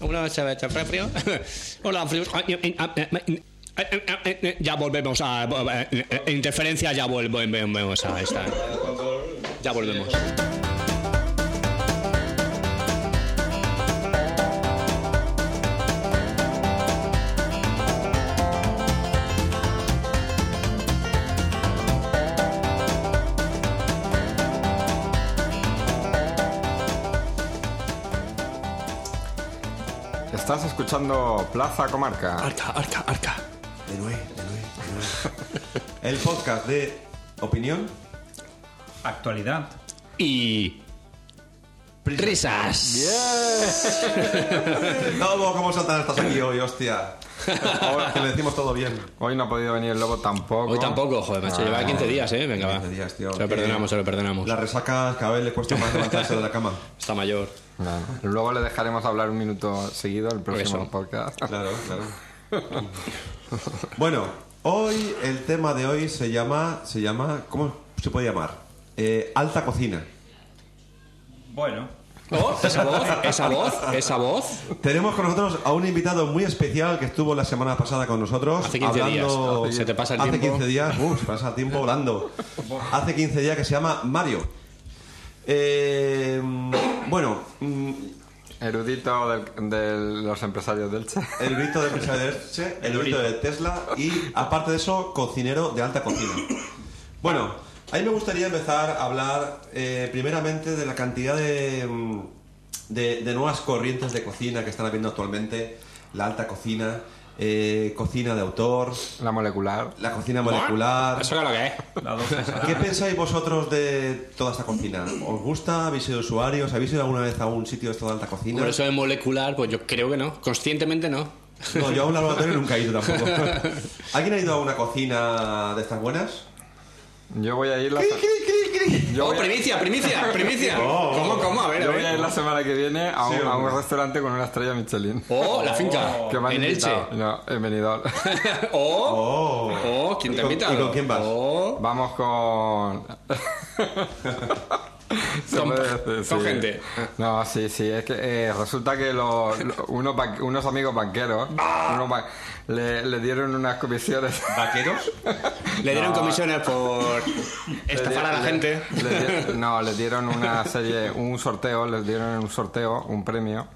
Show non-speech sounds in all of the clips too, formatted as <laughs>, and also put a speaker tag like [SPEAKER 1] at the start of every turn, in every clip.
[SPEAKER 1] una cerveza fría. <laughs> Hola, frío. Ah, eh, Ya volvemos a. eh, Interferencia, ya volvemos a esta. Ya volvemos.
[SPEAKER 2] Estás escuchando Plaza Comarca.
[SPEAKER 1] Arca, arca, arca.
[SPEAKER 3] De nuevo, de nuevo, de nuevo. El podcast de opinión.
[SPEAKER 4] Actualidad.
[SPEAKER 1] Y. Risas.
[SPEAKER 3] No, ¿cómo saltan estás aquí hoy, hostia? Ahora que le decimos todo bien.
[SPEAKER 2] Hoy no ha podido venir el lobo tampoco. Ah,
[SPEAKER 1] Hoy tampoco, joder, macho. Lleva 15 días, ¿eh? Venga, va.
[SPEAKER 3] 15 días, tío,
[SPEAKER 1] Se lo
[SPEAKER 3] que-
[SPEAKER 1] perdonamos, se lo perdonamos.
[SPEAKER 3] Las resacas cada vez le cuesta más levantarse de la cama.
[SPEAKER 1] Está mayor.
[SPEAKER 2] Claro. Luego le dejaremos hablar un minuto seguido el próximo
[SPEAKER 1] Eso.
[SPEAKER 2] podcast. <laughs>
[SPEAKER 3] Claro, claro. Bueno, hoy, el tema de hoy se llama, se llama, ¿cómo se puede llamar? Eh, alta cocina.
[SPEAKER 4] Bueno,
[SPEAKER 1] Oh, esa voz, esa voz, esa voz.
[SPEAKER 3] Tenemos con nosotros a un invitado muy especial que estuvo la semana pasada con nosotros.
[SPEAKER 1] Hace 15
[SPEAKER 3] hablando,
[SPEAKER 1] días. Se te pasa el
[SPEAKER 3] hace
[SPEAKER 1] tiempo.
[SPEAKER 3] 15 días, uh, se pasa el tiempo volando. Hace 15 días que se llama Mario. Eh, bueno, mm,
[SPEAKER 2] Erudito del- de los empresarios del Che. <laughs>
[SPEAKER 3] el grito de empresario de Elche, el grito de Tesla y, aparte de eso, cocinero de alta cocina. Bueno, a mí me gustaría empezar a hablar eh, primeramente de la cantidad de, mm, de, de nuevas corrientes de cocina que están habiendo actualmente, la alta cocina, eh, cocina de autor,
[SPEAKER 2] La molecular.
[SPEAKER 3] la cocina molecular.
[SPEAKER 1] Eso que lo que es.
[SPEAKER 4] la
[SPEAKER 3] <laughs>
[SPEAKER 4] doce será.
[SPEAKER 3] ¿Qué pensáis vosotros de toda esta cocina? ¿Os gusta? ¿Habéis sido usuarios? ¿Habéis ido alguna vez a un sitio de esta alta cocina?
[SPEAKER 1] Por eso de molecular, pues yo creo que no. Conscientemente no.
[SPEAKER 3] No, yo a un laboratorio nunca he ido tampoco. ¿Alguien ha ido a una cocina de estas buenas?
[SPEAKER 2] Yo voy a ir la, se- Yo
[SPEAKER 1] oh,
[SPEAKER 2] voy a- Oh,
[SPEAKER 1] primicia, primicia,
[SPEAKER 2] <laughs>
[SPEAKER 1] primicia. ¿Cómo, cómo? A ver, a
[SPEAKER 2] yo voy a
[SPEAKER 1] ver.
[SPEAKER 2] ir la semana que viene a un,
[SPEAKER 3] Sí,
[SPEAKER 2] a un
[SPEAKER 3] hombre.
[SPEAKER 2] restaurante con una estrella Michelin.
[SPEAKER 1] Oh, la finca.
[SPEAKER 2] Que me han
[SPEAKER 1] en Elche. <laughs>
[SPEAKER 2] invitado. No, en Benidorm.
[SPEAKER 1] Oh,
[SPEAKER 3] Oh.
[SPEAKER 1] oh, ¿quién te
[SPEAKER 3] ¿Y
[SPEAKER 1] ha
[SPEAKER 3] con-
[SPEAKER 1] invitado?
[SPEAKER 3] y con quién vas?
[SPEAKER 1] Oh,
[SPEAKER 2] Vamos
[SPEAKER 1] <laughs>
[SPEAKER 2] con. Se
[SPEAKER 1] Con-
[SPEAKER 2] puede decir,
[SPEAKER 1] con
[SPEAKER 2] sí.
[SPEAKER 1] gente.
[SPEAKER 2] No, sí, sí, es que eh, resulta que los- lo- unos, ban- unos amigos banqueros
[SPEAKER 1] Ah.
[SPEAKER 2] unos ban- le, le dieron unas comisiones.
[SPEAKER 3] ¿Vaqueros?
[SPEAKER 1] <laughs> le dieron comisiones por estafar a la
[SPEAKER 2] <laughs> Le-
[SPEAKER 1] gente.
[SPEAKER 2] le di- no, les dieron una serie, un sorteo, les dieron un sorteo, un premio.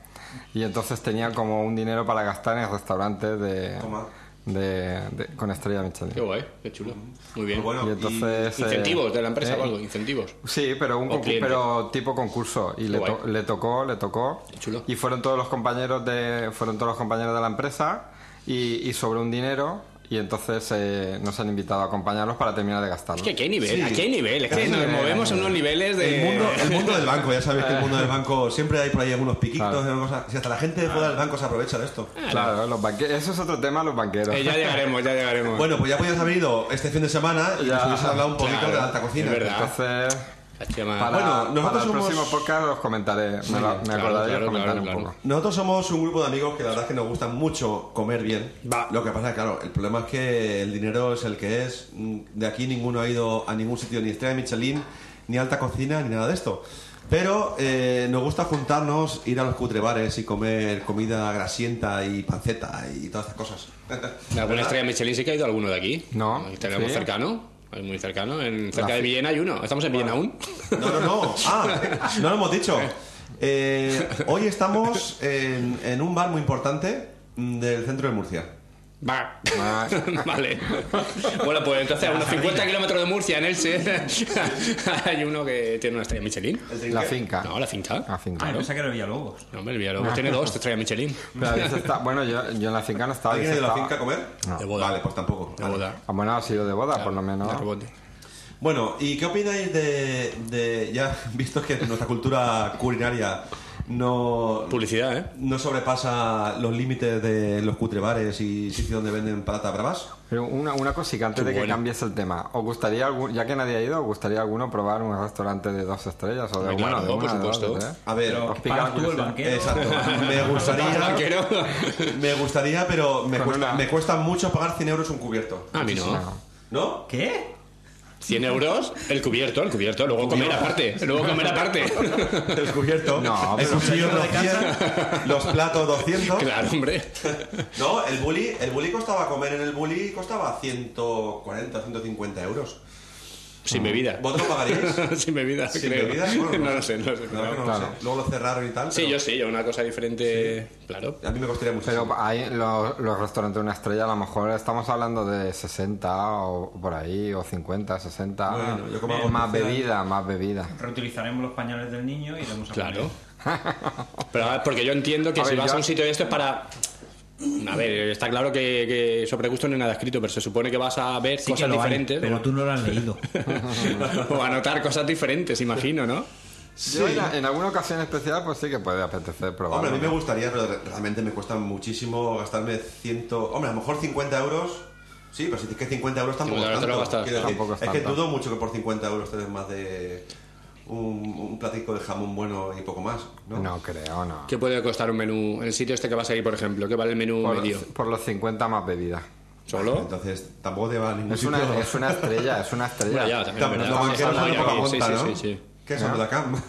[SPEAKER 2] Y entonces tenían como un dinero para gastar en restaurantes de,
[SPEAKER 3] Toma.
[SPEAKER 2] de- de- con estrella Michelin.
[SPEAKER 1] Qué guay, qué chulo. Muy bien.
[SPEAKER 3] pues Bueno,
[SPEAKER 2] Y entonces. eh,
[SPEAKER 1] Incentivos de la empresa
[SPEAKER 2] eh,
[SPEAKER 1] o algo, incentivos.
[SPEAKER 2] Sí, pero un
[SPEAKER 1] O
[SPEAKER 2] concu-
[SPEAKER 1] cliente.
[SPEAKER 2] pero tipo concurso y le,
[SPEAKER 1] guay.
[SPEAKER 2] to- le tocó, le tocó
[SPEAKER 1] chulo.
[SPEAKER 2] y fueron todos los compañeros de fueron todos los compañeros de la empresa y, y sobre un dinero y entonces eh, nos han invitado a acompañarlos para terminar de gastarlo.
[SPEAKER 1] Es que aquí hay nivel,
[SPEAKER 3] Sí.
[SPEAKER 1] aquí hay nivel. Es que
[SPEAKER 3] Aquí
[SPEAKER 1] nos
[SPEAKER 3] hay nivel,
[SPEAKER 1] movemos
[SPEAKER 2] aquí
[SPEAKER 1] a
[SPEAKER 2] hay
[SPEAKER 1] unos niveles de.
[SPEAKER 3] El mundo, el mundo del banco, ya sabéis que el mundo del
[SPEAKER 2] <laughs>
[SPEAKER 3] banco siempre hay por ahí algunos piquitos.
[SPEAKER 2] Claro. Mm.
[SPEAKER 3] algunas cosas. Si hasta la gente de fuera del banco se aprovecha de esto.
[SPEAKER 2] Claro, los banque- eso es otro tema, los banqueros. <laughs>
[SPEAKER 1] Eh, ya llegaremos, ya llegaremos.
[SPEAKER 3] Bueno, pues ya podías haber ido este fin de semana y
[SPEAKER 2] Ya.
[SPEAKER 3] nos hubiese hablado un poquito
[SPEAKER 1] Claro,
[SPEAKER 3] de la alta cocina.
[SPEAKER 1] es verdad.
[SPEAKER 2] Entonces,
[SPEAKER 1] Hostia, ma-
[SPEAKER 2] para,
[SPEAKER 3] Bueno, nosotros
[SPEAKER 2] para el
[SPEAKER 3] somos-
[SPEAKER 2] próximo podcast los comentaré, me, lo-
[SPEAKER 1] claro,
[SPEAKER 2] me acordaré y
[SPEAKER 1] claro,
[SPEAKER 2] os comentaré
[SPEAKER 1] claro,
[SPEAKER 2] un
[SPEAKER 1] claro.
[SPEAKER 2] poco.
[SPEAKER 3] Nosotros somos un grupo de amigos que la verdad es que nos gusta mucho comer bien.
[SPEAKER 1] Va.
[SPEAKER 3] Lo que pasa es que, claro, el problema es que el dinero es el que es. Mm, De aquí ninguno ha ido a ningún sitio, ni estrella Michelin, ni alta cocina, ni nada de esto. Pero eh, nos gusta juntarnos, ir a los cutrebares y comer comida grasienta y panceta y todas estas cosas.
[SPEAKER 1] ¿De alguna estrella Michelin sí que ha ido alguno de aquí?
[SPEAKER 2] No.
[SPEAKER 1] Ahí Tenemos
[SPEAKER 2] Sí.
[SPEAKER 1] cercano. ahí Muy cercano, en,
[SPEAKER 2] La
[SPEAKER 1] cerca de
[SPEAKER 2] fi-
[SPEAKER 1] Villena hay uno. Estamos en Villena aún.
[SPEAKER 3] No, no, no. Ah, no lo hemos dicho. Eh, hoy estamos en, en un bar muy importante mm, del centro de Murcia.
[SPEAKER 1] Va.
[SPEAKER 2] Ah,
[SPEAKER 1] <laughs> vale. Bueno, pues entonces a unos 50 kilómetros de Murcia, en Elche, <laughs> hay uno que tiene una estrella Michelin.
[SPEAKER 2] la finca.
[SPEAKER 1] No, la finca.
[SPEAKER 2] La finca.
[SPEAKER 4] Ah,
[SPEAKER 1] Claro.
[SPEAKER 4] pensé que era Villalobos.
[SPEAKER 1] No, hombre, el Villalobos tiene dos estrellas Michelin.
[SPEAKER 2] Pero habéis estado- bueno, yo, yo en la finca no estaba.
[SPEAKER 3] ¿Alguien ha
[SPEAKER 2] habéis
[SPEAKER 3] ido a la
[SPEAKER 2] estado-
[SPEAKER 3] finca a comer?
[SPEAKER 2] No.
[SPEAKER 1] De boda.
[SPEAKER 3] Vale, pues tampoco.
[SPEAKER 1] De
[SPEAKER 3] Vale.
[SPEAKER 1] boda.
[SPEAKER 2] Ah, bueno, ha sido de boda, por lo menos.
[SPEAKER 1] De rebote.
[SPEAKER 3] Bueno, ¿y qué opináis de, de- ya <laughs> visto que nuestra cultura culinaria no,
[SPEAKER 1] Publicidad, ¿eh?
[SPEAKER 3] no sobrepasa los límites de los cutrebares y sitios donde venden patatas bravas?
[SPEAKER 2] Pero una, una cosica antes
[SPEAKER 1] Qué
[SPEAKER 2] de que
[SPEAKER 1] bueno.
[SPEAKER 2] cambies el tema. ¿Os gustaría, algún, ya que nadie ha ido, os gustaría alguno probar un restaurante de dos estrellas o de
[SPEAKER 1] Hombre,
[SPEAKER 2] bueno,
[SPEAKER 1] claro,
[SPEAKER 2] de
[SPEAKER 1] por
[SPEAKER 2] una, de
[SPEAKER 1] supuesto.
[SPEAKER 2] dos, de tres?
[SPEAKER 3] A ver,
[SPEAKER 4] Pero
[SPEAKER 2] os pica la
[SPEAKER 4] pagas tú el
[SPEAKER 2] curiosidad.
[SPEAKER 4] banquero.
[SPEAKER 3] exacto.
[SPEAKER 2] <laughs>
[SPEAKER 3] Me
[SPEAKER 1] <laughs>
[SPEAKER 3] gustaría,
[SPEAKER 1] Banquero.
[SPEAKER 3] me gustaría, pero me
[SPEAKER 2] Con
[SPEAKER 3] cuesta,
[SPEAKER 2] una-
[SPEAKER 3] me cuesta mucho pagar 100 euros un cubierto.
[SPEAKER 2] <laughs>
[SPEAKER 1] A mí no.
[SPEAKER 3] ¿No?
[SPEAKER 4] ¿Qué?
[SPEAKER 1] 100 euros, el cubierto, el cubierto, luego comer aparte, luego comer aparte.
[SPEAKER 3] <laughs> El cubierto,
[SPEAKER 2] No,
[SPEAKER 3] el
[SPEAKER 2] pero-
[SPEAKER 3] cuchillo
[SPEAKER 4] ¿Pero de
[SPEAKER 3] 200, los platos 200.
[SPEAKER 1] Claro, hombre.
[SPEAKER 3] No, el bully, el bully costaba comer en el bully, costaba 140, 150 euros.
[SPEAKER 1] Sin bebida. <laughs>
[SPEAKER 3] ¿Vosotros pagaríais?
[SPEAKER 1] Sin bebida,
[SPEAKER 3] ¿Sin
[SPEAKER 1] creo.
[SPEAKER 3] bebida?
[SPEAKER 1] <laughs>
[SPEAKER 3] Bueno,
[SPEAKER 1] no lo sé, no lo sé.
[SPEAKER 3] La verdad que no lo
[SPEAKER 2] Claro.
[SPEAKER 3] sé. Luego lo cerraron y tal.
[SPEAKER 1] Sí,
[SPEAKER 3] pero
[SPEAKER 1] yo sí, yo una cosa diferente, claro.
[SPEAKER 3] A mí me costaría mucho.
[SPEAKER 2] Pero hay los, los restaurantes de una estrella, a lo mejor estamos hablando de 60 o por ahí, o 50, 60.
[SPEAKER 3] Bueno, yo como
[SPEAKER 2] más,
[SPEAKER 3] hago especial-
[SPEAKER 2] bebida, más bebida.
[SPEAKER 4] Reutilizaremos los pañales del niño y iremos a
[SPEAKER 1] Claro. <laughs>
[SPEAKER 4] comer.
[SPEAKER 1] Pero a ver, porque yo entiendo que
[SPEAKER 2] A
[SPEAKER 1] si
[SPEAKER 2] ver,
[SPEAKER 1] vas
[SPEAKER 2] yo-
[SPEAKER 1] a un sitio de esto es para. A ver, está claro que, que sobre gusto no hay nada escrito, pero se supone que vas a ver
[SPEAKER 5] Sí que
[SPEAKER 1] cosas
[SPEAKER 5] lo hay,
[SPEAKER 1] diferentes.
[SPEAKER 5] pero tú no lo has leído.
[SPEAKER 1] <laughs> O anotar cosas diferentes, imagino, ¿no?
[SPEAKER 3] Sí.
[SPEAKER 2] Yo en, en alguna ocasión especial, pues sí que puede apetecer probarlo.
[SPEAKER 3] Hombre, a mí me
[SPEAKER 2] ¿no?
[SPEAKER 3] gustaría, pero re- realmente me cuesta muchísimo gastarme 100. Hombre, a lo mejor 50 euros. Sí, pero si es que 50 euros tampoco
[SPEAKER 1] 50 euros
[SPEAKER 3] es
[SPEAKER 1] te lo
[SPEAKER 3] tanto.
[SPEAKER 1] gastas.
[SPEAKER 3] Quiero decir,
[SPEAKER 2] Tampoco es
[SPEAKER 3] que
[SPEAKER 2] tanto.
[SPEAKER 3] dudo mucho que por 50 euros te den más de un, un platico de jamón bueno y poco más. ¿no?
[SPEAKER 2] No creo, no.
[SPEAKER 1] ¿Qué puede costar un menú? El sitio este que vas a ir, por ejemplo, ¿qué vale el menú medio?
[SPEAKER 2] Por, por los 50 más bebida.
[SPEAKER 1] ¿Solo?
[SPEAKER 3] Entonces tampoco te va a ningún
[SPEAKER 2] Es una,
[SPEAKER 3] <laughs> sitio.
[SPEAKER 2] es una estrella, es una estrella.
[SPEAKER 1] Bueno, ya, también
[SPEAKER 3] Tampoco
[SPEAKER 1] es
[SPEAKER 3] no
[SPEAKER 1] verdad.
[SPEAKER 3] van a quedar
[SPEAKER 1] Sí,
[SPEAKER 3] con poca monta,
[SPEAKER 1] sí,
[SPEAKER 3] ¿no?
[SPEAKER 1] sí, sí.
[SPEAKER 3] ¿Qué son de la cam?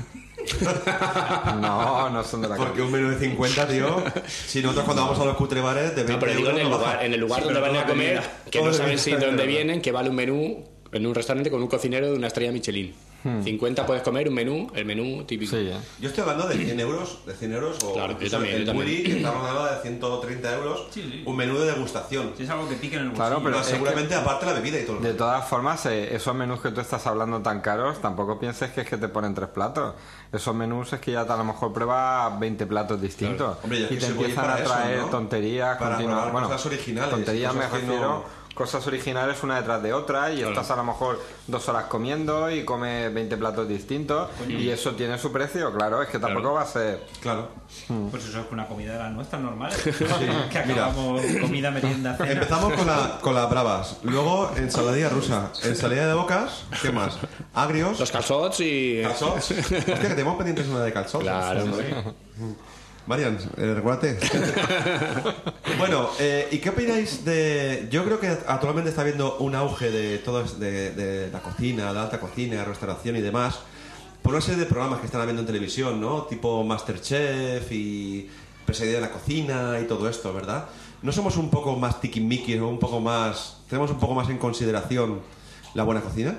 [SPEAKER 2] No, no son de la
[SPEAKER 3] Porque
[SPEAKER 2] calle.
[SPEAKER 3] un menú de 50, tío. Si nosotros cuando vamos a los cutrebares, de 20
[SPEAKER 1] No, pero digo en
[SPEAKER 3] euros
[SPEAKER 1] el
[SPEAKER 3] nos baja.
[SPEAKER 1] lugar, en el lugar
[SPEAKER 4] Sí,
[SPEAKER 1] donde
[SPEAKER 4] pero
[SPEAKER 1] van a
[SPEAKER 4] todo
[SPEAKER 1] comer,
[SPEAKER 4] bebida.
[SPEAKER 1] que
[SPEAKER 3] Todo
[SPEAKER 1] no saben
[SPEAKER 3] bebida,
[SPEAKER 1] si dónde
[SPEAKER 3] claro.
[SPEAKER 1] vienen, que vale un menú en un restaurante con un cocinero de una estrella Michelin.
[SPEAKER 5] Hmm.
[SPEAKER 1] 50 puedes comer un menú, el menú típico.
[SPEAKER 2] Sí, ¿eh?
[SPEAKER 3] Yo estoy hablando de 100 euros, de 100 euros o
[SPEAKER 1] Claro, yo
[SPEAKER 3] incluso
[SPEAKER 1] también,
[SPEAKER 3] el
[SPEAKER 1] yo también.
[SPEAKER 3] bully, que estamos hablando de 130 euros,
[SPEAKER 4] Sí, sí.
[SPEAKER 3] un menú de degustación.
[SPEAKER 4] Si es algo que pique en el bolsillo. pues
[SPEAKER 2] Claro, pero-
[SPEAKER 3] Más
[SPEAKER 2] es
[SPEAKER 3] seguramente aparte la bebida y todo.
[SPEAKER 2] De todas formas, eh, esos menús que tú estás hablando tan caros, tampoco pienses que es que te ponen tres platos. Esos menús es que ya te- a lo mejor pruebas 20 platos distintos.
[SPEAKER 3] Hombre, y es
[SPEAKER 2] y
[SPEAKER 3] que
[SPEAKER 2] te
[SPEAKER 3] se puede ir
[SPEAKER 2] empiezan a
[SPEAKER 3] para eso,
[SPEAKER 2] traer
[SPEAKER 3] ¿no?
[SPEAKER 2] tonterías,
[SPEAKER 3] Para
[SPEAKER 2] continua-
[SPEAKER 3] probar
[SPEAKER 2] bueno,
[SPEAKER 3] cosas originales,
[SPEAKER 2] Tonterías
[SPEAKER 3] cosas
[SPEAKER 2] me
[SPEAKER 3] que no-
[SPEAKER 2] refiero, cosas originales una detrás de otra, y estás a lo mejor dos horas comiendo y comes 20 platos distintos, y eso tiene su precio, claro, es que tampoco va a ser.
[SPEAKER 3] Claro.
[SPEAKER 1] <laughs>
[SPEAKER 4] Pues eso es una comida de las nuestras normales. <laughs> que acabamos comida, merienda, cena.
[SPEAKER 3] Empezamos con, la- con las bravas, luego ensaladilla rusa, ensaladilla de bocas, ¿qué más? Agrios,
[SPEAKER 1] Los calzots y... <laughs>
[SPEAKER 3] calzots. Hostia, que tenemos pendientes una de calzots.
[SPEAKER 1] Claro, hombre.
[SPEAKER 3] Marian, eh, <laughs> recuérdate. bueno, eh, ¿y qué opináis de.? Yo creo que actualmente está habiendo un auge de todo es- de, de la cocina, la alta cocina, restauración y demás, por una serie de programas que están habiendo en televisión, ¿no? Tipo Masterchef y Presidencia de la Cocina y todo esto, ¿verdad? ¿No somos un poco más tiquismiquis o un poco más. tenemos un poco más en consideración la buena cocina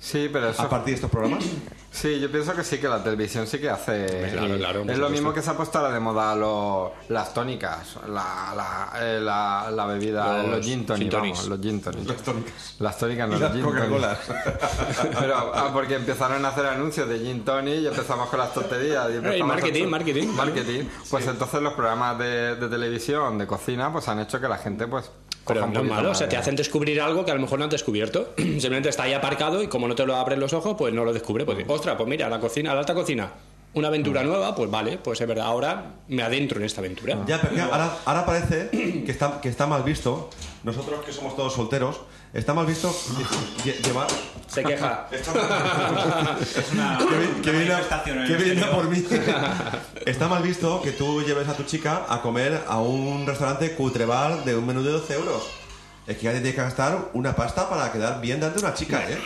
[SPEAKER 2] Sí, pero eso
[SPEAKER 3] a partir de estos programas?
[SPEAKER 2] Sí, yo pienso que sí, que la televisión sí que hace...
[SPEAKER 1] Claro,
[SPEAKER 2] y
[SPEAKER 1] claro, por
[SPEAKER 2] es lo mismo
[SPEAKER 1] supuesto.
[SPEAKER 2] que se ha puesto ahora de moda lo- las tónicas, la, la, eh, la- la bebida,
[SPEAKER 1] Los
[SPEAKER 2] los, gin tonic,
[SPEAKER 1] gin tonics.
[SPEAKER 2] vamos, los gin tonic.
[SPEAKER 3] Las tónicas.
[SPEAKER 2] Las tónicas no, los
[SPEAKER 3] Y las
[SPEAKER 2] gin tonic.
[SPEAKER 3] Coca-Colas.
[SPEAKER 2] <laughs> Pero, ah, porque empezaron a hacer anuncios de gin tonic y empezamos con las tonterías. y empezamos
[SPEAKER 1] marketing,
[SPEAKER 2] a hacer-
[SPEAKER 1] marketing.
[SPEAKER 2] Marketing. Pues entonces los programas de, de televisión, de cocina, pues han hecho que la gente pues... coja
[SPEAKER 1] Pero
[SPEAKER 2] un
[SPEAKER 1] no es
[SPEAKER 2] poquito
[SPEAKER 1] malo, o
[SPEAKER 2] más
[SPEAKER 1] sea, te
[SPEAKER 2] de-
[SPEAKER 1] hacen descubrir algo que a lo mejor no has descubierto. <clears throat> Simplemente está ahí aparcado y como no te lo abren los ojos, pues no lo descubre. Pues, ostras, pues mira, la cocina, la alta cocina, una aventura nueva, pues vale, pues es verdad, ahora me adentro en esta aventura.
[SPEAKER 3] Ya, pero que ahora, ahora parece que está, que está mal visto, nosotros que somos todos solteros, está mal visto lle- lle- llevar...
[SPEAKER 1] Se
[SPEAKER 3] <laughs>
[SPEAKER 1] queja.
[SPEAKER 3] está mal-
[SPEAKER 4] Es una,
[SPEAKER 3] que vi- que
[SPEAKER 4] una
[SPEAKER 3] viene, a-
[SPEAKER 4] manifestación en
[SPEAKER 3] que
[SPEAKER 4] el
[SPEAKER 3] viene a
[SPEAKER 4] exterior.
[SPEAKER 3] por mí. Está mal visto que tú lleves a tu chica a comer a un restaurante cutrebar de un menú de 12 euros. Es que ya te tienes que gastar una pasta para quedar bien delante de una chica, ¿eh?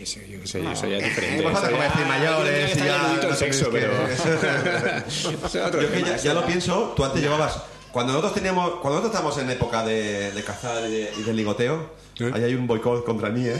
[SPEAKER 1] Eso, yo qué sé, eso ya es diferente.
[SPEAKER 3] Vamos a
[SPEAKER 1] Eso
[SPEAKER 3] comer
[SPEAKER 1] ya-
[SPEAKER 3] cimallones
[SPEAKER 1] está
[SPEAKER 3] y ya-
[SPEAKER 1] erudito en
[SPEAKER 3] no tenéis
[SPEAKER 1] sexo,
[SPEAKER 3] que- <laughs>
[SPEAKER 1] pero... Eso es otro
[SPEAKER 3] Yo que
[SPEAKER 1] tema,
[SPEAKER 3] ya,
[SPEAKER 1] eso
[SPEAKER 3] ya
[SPEAKER 1] ya-
[SPEAKER 3] lo pienso, tú antes llevabas. Cuando nosotros teníamos, cuando nosotros estamos en época de, de cazar y de, y de ligoteo, ahí hay un boicot contra mí, ¿eh?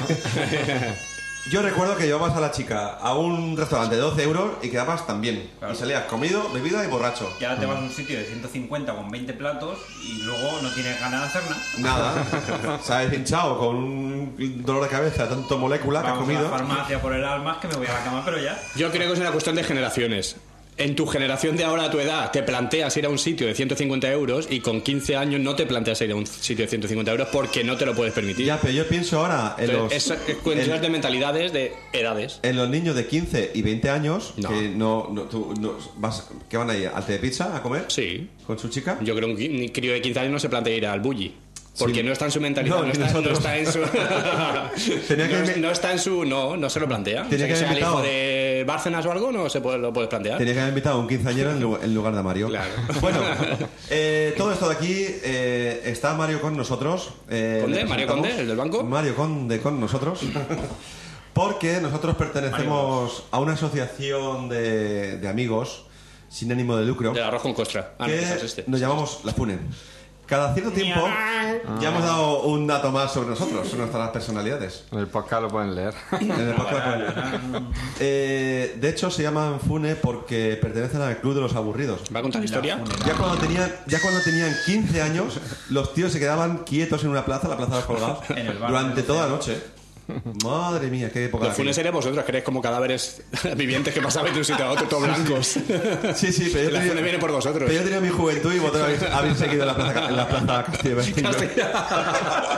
[SPEAKER 3] Yo recuerdo que llevabas a la chica a un restaurante de 12 euros y quedabas también.
[SPEAKER 4] Claro.
[SPEAKER 3] Y salías comido, bebida y borracho.
[SPEAKER 4] Y ahora te vas a un sitio de 150 con 20 platos y luego no tienes ganas de hacer nada.
[SPEAKER 3] Nada. Sabes, hinchado con un dolor de cabeza, tanto molécula que has
[SPEAKER 4] Vamos a la
[SPEAKER 3] comido.
[SPEAKER 4] farmacia por el alma que me voy a la cama, pero ya.
[SPEAKER 1] Yo creo que es una cuestión de generaciones. En tu generación de ahora a tu edad te planteas ir a un sitio de 150 euros y con 15 años no te planteas ir a un sitio de 150 euros porque no te lo puedes permitir.
[SPEAKER 3] Ya, pero yo pienso ahora en los.
[SPEAKER 1] Entonces, es, es
[SPEAKER 4] eh,
[SPEAKER 1] cuestión
[SPEAKER 3] en-
[SPEAKER 1] de mentalidades, de edades.
[SPEAKER 3] En los niños de 15 y 20 años,
[SPEAKER 1] No.
[SPEAKER 3] que no, no, tú, no- vas, ¿qué van a ir? ¿Al de pizza a comer?
[SPEAKER 1] Sí.
[SPEAKER 3] ¿Con su chica?
[SPEAKER 1] Yo creo que un qui- crío de 15 años no se plantea ir al bully. Porque
[SPEAKER 3] Sí.
[SPEAKER 1] no está en su mentalidad,
[SPEAKER 3] No,
[SPEAKER 1] no,
[SPEAKER 3] ni
[SPEAKER 1] está, no
[SPEAKER 3] nosotros.
[SPEAKER 1] está en su.
[SPEAKER 3] <laughs> Tenía que
[SPEAKER 1] no,
[SPEAKER 3] me-
[SPEAKER 1] no está en su. No, no se lo plantea.
[SPEAKER 3] Tenía
[SPEAKER 1] O sea,
[SPEAKER 3] que
[SPEAKER 1] sea
[SPEAKER 3] haber
[SPEAKER 1] el hijo
[SPEAKER 3] invitado.
[SPEAKER 1] de de Bárcenas o algo, no se puede, lo puedes plantear.
[SPEAKER 3] Tenía que haber invitado a un quinceañero en lu- en lugar de a Mario.
[SPEAKER 1] Claro.
[SPEAKER 3] <laughs> Bueno, eh, todo esto de aquí eh, está Mario con nosotros. eh,
[SPEAKER 1] ¿Conde?
[SPEAKER 3] le
[SPEAKER 1] ¿Mario
[SPEAKER 3] presentamos.
[SPEAKER 1] Conde, el del banco?
[SPEAKER 3] Mario Conde con nosotros. <laughs> Porque nosotros pertenecemos a una asociación de, de amigos sin ánimo de lucro
[SPEAKER 1] Del arroz con costra. Ah, no,
[SPEAKER 3] que
[SPEAKER 1] esa es este.
[SPEAKER 3] nos llamamos Las Punen. Cada cierto tiempo ya
[SPEAKER 1] Ah.
[SPEAKER 3] hemos dado un dato más sobre nosotros, sobre nuestras personalidades.
[SPEAKER 2] En el podcast lo pueden leer. <laughs>
[SPEAKER 3] En el podcast de Punen. Eh, de hecho, se llaman Fune porque pertenecen al Club de los Aburridos.
[SPEAKER 1] ¿Va a contar historia?
[SPEAKER 3] Ya cuando, tenían, ya cuando tenían 15 años, los tíos se quedaban quietos en una plaza, la Plaza de los Colgados,
[SPEAKER 4] <laughs> En el bar
[SPEAKER 3] durante
[SPEAKER 4] del
[SPEAKER 3] toda la noche. Madre mía, qué época.
[SPEAKER 1] Los
[SPEAKER 3] aquella.
[SPEAKER 1] funes serían vosotros, que eres como cadáveres <laughs> vivientes que pasaban de un sitio a otro, todos blancos.
[SPEAKER 3] Sí, sí, pero yo,
[SPEAKER 1] La
[SPEAKER 3] tenía,
[SPEAKER 1] fune viene por vosotros.
[SPEAKER 3] pero yo tenía mi juventud y vosotros habéis, habéis seguido la plaza, Ca- la plaza Castilla. <laughs>